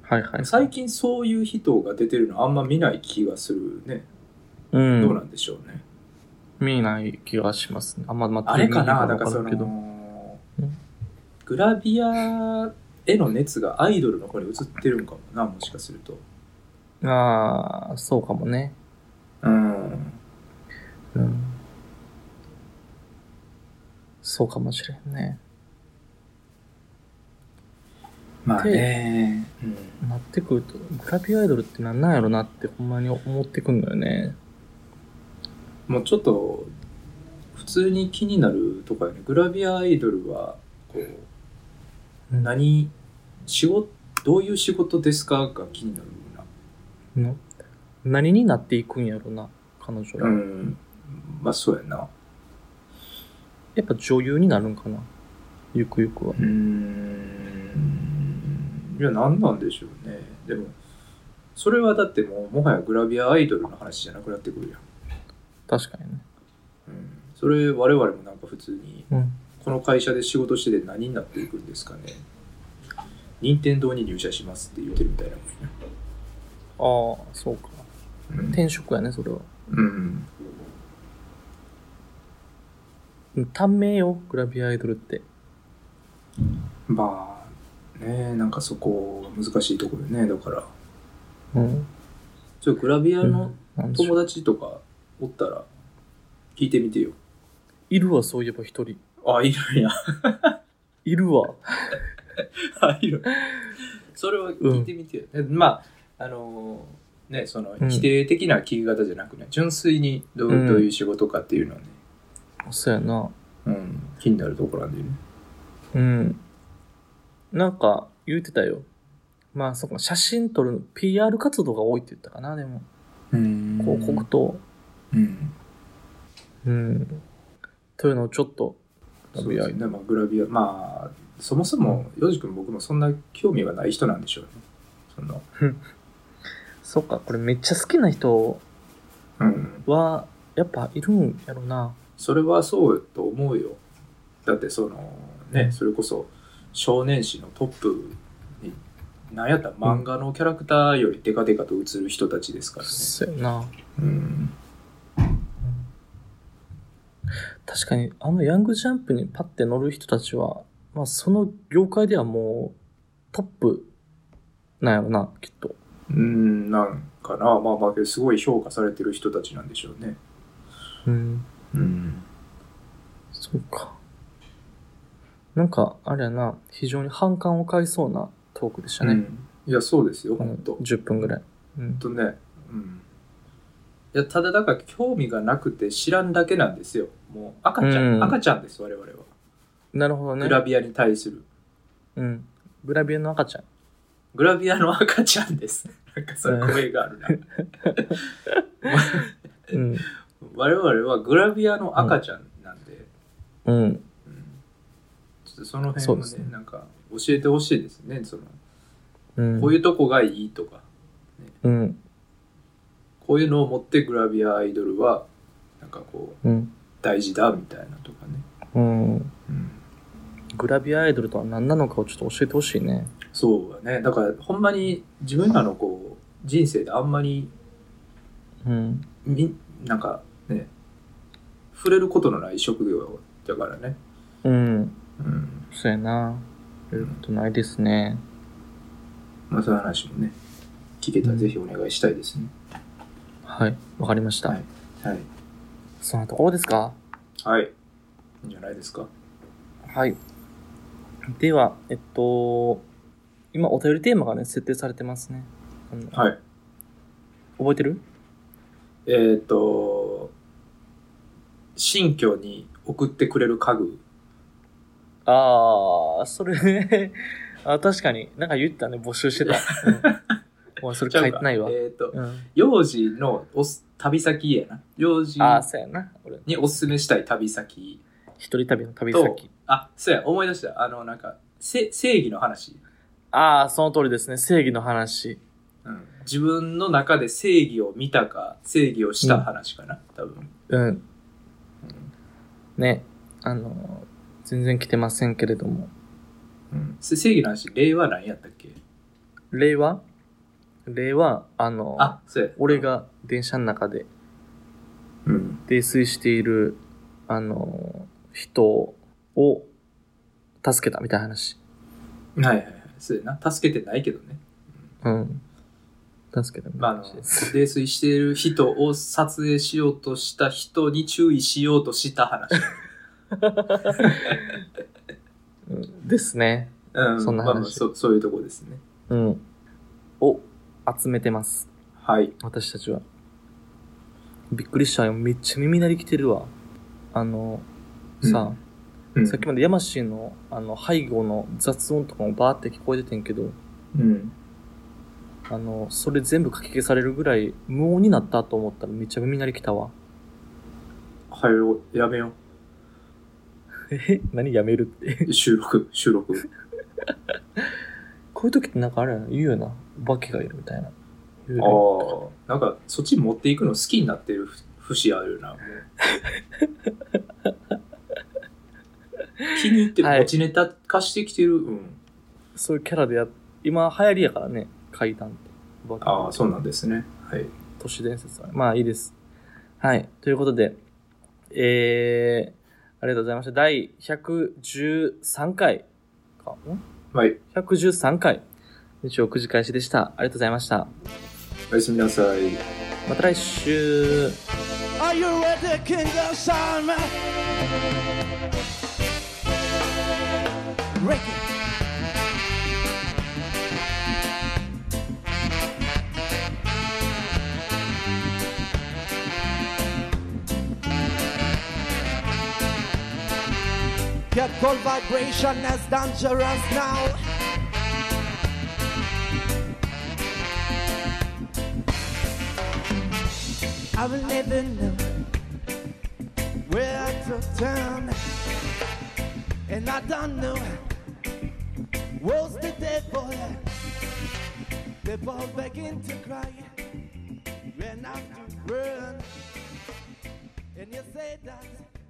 [SPEAKER 1] はいはい。
[SPEAKER 2] 最近そういう人が出てるのあんま見ない気がするね。
[SPEAKER 1] う。
[SPEAKER 2] どうなんんでしょうね。
[SPEAKER 1] 見ない気がしますね。あんま、ま
[SPEAKER 2] あれかなだ
[SPEAKER 1] だ
[SPEAKER 2] か
[SPEAKER 1] から
[SPEAKER 2] そ
[SPEAKER 1] らけど。
[SPEAKER 2] の
[SPEAKER 1] うん、
[SPEAKER 2] グラビアへの熱がアイドルの方に移ってるんかもな、もしかすると。
[SPEAKER 1] あー、そうかもね。
[SPEAKER 2] うん。
[SPEAKER 1] うん。そうかもしれんね。
[SPEAKER 2] まあね。うん
[SPEAKER 1] なってくると、グラビアアイドルってなんなんやろなってほんまに思ってくんだよね。
[SPEAKER 2] もうちょっと、普通に気になるとかよね。グラビアアイドルは、こう、何、仕事、どういう仕事ですかが気になるな。
[SPEAKER 1] の何になっていくんやろな、彼女ら。
[SPEAKER 2] ん。まあそうやな。
[SPEAKER 1] やっぱ女優になるんかなゆくゆくは
[SPEAKER 2] う。ーんいや、何なんでしょうね。でも、それはだってもう、もはやグラビアアイドルの話じゃなくなってくるやん。
[SPEAKER 1] 確かにね。
[SPEAKER 2] うん、それ、我々もなんか普通に、
[SPEAKER 1] うん。
[SPEAKER 2] この会社で仕事してて何になっていくんですかね。任天堂に入社しますって言ってるみたいなもん
[SPEAKER 1] あ
[SPEAKER 2] や
[SPEAKER 1] あ、そうか。転職やね、それは。
[SPEAKER 2] うん。
[SPEAKER 1] うん短命よ、グラビアアイドルって。
[SPEAKER 2] うん。まあ、ねなんかそこ、難しいところよね。だから、
[SPEAKER 1] うん。
[SPEAKER 2] ちょっとグラビア
[SPEAKER 1] う
[SPEAKER 2] の
[SPEAKER 1] んなんでしょう
[SPEAKER 2] 友達とかおったら、聞いてみてよ。
[SPEAKER 1] いるわ、そういえば一人。
[SPEAKER 2] あ、いるんや。
[SPEAKER 1] いるわ。
[SPEAKER 2] あいるそれは聞いてみてよ、えまああのーねその
[SPEAKER 1] うん
[SPEAKER 2] 否定的な聞き方じゃなくね、純粋にどう,、
[SPEAKER 1] うん
[SPEAKER 2] どういう仕事かっていうのはね、
[SPEAKER 1] そうやな。
[SPEAKER 2] うん、気になるところなんでね
[SPEAKER 1] うん。なんか、言うてたよ。まあ、そっか、写真撮る、PR 活動が多いって言ったかな、でも。
[SPEAKER 2] うん
[SPEAKER 1] 広告と。
[SPEAKER 2] うん
[SPEAKER 1] うん。というのをちょっと、
[SPEAKER 2] そ
[SPEAKER 1] グ
[SPEAKER 2] う
[SPEAKER 1] ラビアア
[SPEAKER 2] です
[SPEAKER 1] イドル。
[SPEAKER 2] ねまあグラビアまあそもそもヨジ君僕もそんな興味がない人なんでしょうねその
[SPEAKER 1] そっか、これめっちゃ好きな人
[SPEAKER 2] うん
[SPEAKER 1] は、やっぱいるんやろな。
[SPEAKER 2] それはそうと思うよだってそのねそれこそ少年誌のトップになんやったら漫画のキャラクターよりデカデカと映る人たちですからね、
[SPEAKER 1] そうやな。
[SPEAKER 2] うん、
[SPEAKER 1] 確かに、あのヤングジャンプにパッて乗る人たちは、まあ、その業界ではもう、トップ、なんやろな、きっと。
[SPEAKER 2] うん、なんかな、まあまあ、すごい評価されてる人たちなんでしょうね。
[SPEAKER 1] うん。
[SPEAKER 2] うん。
[SPEAKER 1] そうか。なんか、あれやな、非常に反感を買いそうなトークでしたね。
[SPEAKER 2] いや、そうですよ、
[SPEAKER 1] こ
[SPEAKER 2] ほ
[SPEAKER 1] の
[SPEAKER 2] んと。ほん
[SPEAKER 1] 10分ぐらい。うん。
[SPEAKER 2] とね、うん。いやただだから興味がなくて知らんだけなんですよもう赤ちゃん、
[SPEAKER 1] うん
[SPEAKER 2] 赤ちゃんです我々は
[SPEAKER 1] なるほどね
[SPEAKER 2] グ。ラビアに対する
[SPEAKER 1] うん。グラビアの赤ちゃん。
[SPEAKER 2] グラビアの赤ちゃん ですなんかそれ声があるな
[SPEAKER 1] うん。
[SPEAKER 2] 我々はグラビアの赤ちゃんなんで、
[SPEAKER 1] うん。
[SPEAKER 2] うんちょっとその辺
[SPEAKER 1] そう
[SPEAKER 2] も
[SPEAKER 1] で
[SPEAKER 2] ね
[SPEAKER 1] すね
[SPEAKER 2] なんか教えてほしいですねその
[SPEAKER 1] うん。
[SPEAKER 2] こういうとこがいいとか、
[SPEAKER 1] うん。
[SPEAKER 2] こういうのを持ってグラビアアイドルはなんかこう
[SPEAKER 1] うん。
[SPEAKER 2] 大事だみたいなとかね、
[SPEAKER 1] うん。
[SPEAKER 2] うん、
[SPEAKER 1] グラビアアイドルとは何なのかをちょっと教えてほしいね。
[SPEAKER 2] そうだねだからほんまに自分らのこう人生であんまり
[SPEAKER 1] うん。
[SPEAKER 2] みなんかね触れることのない職業だからね、
[SPEAKER 1] うん。
[SPEAKER 2] うん
[SPEAKER 1] そうやな。やることないですね。
[SPEAKER 2] まあ、そういう話もね聞けたらぜひお願いしたいですね、
[SPEAKER 1] はい。わかりました。
[SPEAKER 2] はいはい
[SPEAKER 1] そんなところですか
[SPEAKER 2] はいいいんじゃないですか
[SPEAKER 1] はい。では、えっと、今お便りテーマがね、設定されてますね。あの
[SPEAKER 2] はい
[SPEAKER 1] 覚えてる
[SPEAKER 2] えっ、と新居に送ってくれる家具
[SPEAKER 1] ああ、それね。 あ、確かに。なんか言ったね、募集してた。うん、おいそれ書いてないわ。
[SPEAKER 2] えっ、と
[SPEAKER 1] うん、
[SPEAKER 2] 幼児のおす旅先やな幼児
[SPEAKER 1] ああ、そうやな。俺、
[SPEAKER 2] におすすめしたい旅先
[SPEAKER 1] 一人旅の旅
[SPEAKER 2] と
[SPEAKER 1] 先。
[SPEAKER 2] あそうや思い出したあのなんかせ正義の話、
[SPEAKER 1] ああ、その通りですね。正義の話。
[SPEAKER 2] うん、自分の中で正義を見たか正義をした話かな、多分
[SPEAKER 1] うん。ね。あの、全然来てませんけれども。
[SPEAKER 2] うんせ正義の話令和何やったっけ
[SPEAKER 1] 令和令和、あの、
[SPEAKER 2] あそうや
[SPEAKER 1] 俺、が電車の中で
[SPEAKER 2] うん、
[SPEAKER 1] 泥酔している、あの、人を助けたみたいな話。
[SPEAKER 2] はいはいはいそうやな助けてないけどね
[SPEAKER 1] うん。助けたみた
[SPEAKER 2] ま
[SPEAKER 1] い
[SPEAKER 2] あ、あ
[SPEAKER 1] な
[SPEAKER 2] の
[SPEAKER 1] 話です。
[SPEAKER 2] 泥酔している人を撮影しようとした人に注意しようとし た話。
[SPEAKER 1] うんですね。
[SPEAKER 2] うん、
[SPEAKER 1] そんな話
[SPEAKER 2] まあまあそうそういうとこですね。
[SPEAKER 1] うん。を集めてます。
[SPEAKER 2] はい。
[SPEAKER 1] 私たちは。びっくりしたよ。めっちゃ耳鳴りきてるわ。あの、さ、
[SPEAKER 2] うん、
[SPEAKER 1] さっきまでヤマシーのあの背後の雑音とかもバーって聞こえててんけど、
[SPEAKER 2] うん、
[SPEAKER 1] あの、それ全部かき消されるぐらい無音になったと思ったらめっちゃ耳鳴りきたわ。
[SPEAKER 2] はよ、やめよ
[SPEAKER 1] え何やめるって。
[SPEAKER 2] う。収録、収録。
[SPEAKER 1] こういう時ってなんかあれやな言うよな。お化けがいるみたいな。言う
[SPEAKER 2] あ
[SPEAKER 1] よね
[SPEAKER 2] あ、なんか、そっち持っていくの好きになってる節あるな。 もう気に入ってる、
[SPEAKER 1] はい
[SPEAKER 2] 持ちネタ化してきてる。うん。
[SPEAKER 1] そういうキャラでや、今流行りやからね、階段って。お化け
[SPEAKER 2] ああ、そうなんですね。はい。
[SPEAKER 1] 都市伝説はね。まあいいです。はい。ということで、えー、ありがとうございました。第113回か。ん
[SPEAKER 2] はい。
[SPEAKER 1] 113回。日曜9時開始でした。ありがとうございました。
[SPEAKER 2] おやすみなさい。
[SPEAKER 1] また来週。
[SPEAKER 3] Are you ready, King of Summer? Ricky. Your gold vibration is dangerous now. I will never know where to turn, and I don't know what's the devil. They both begin to cry when I have to run, and you say that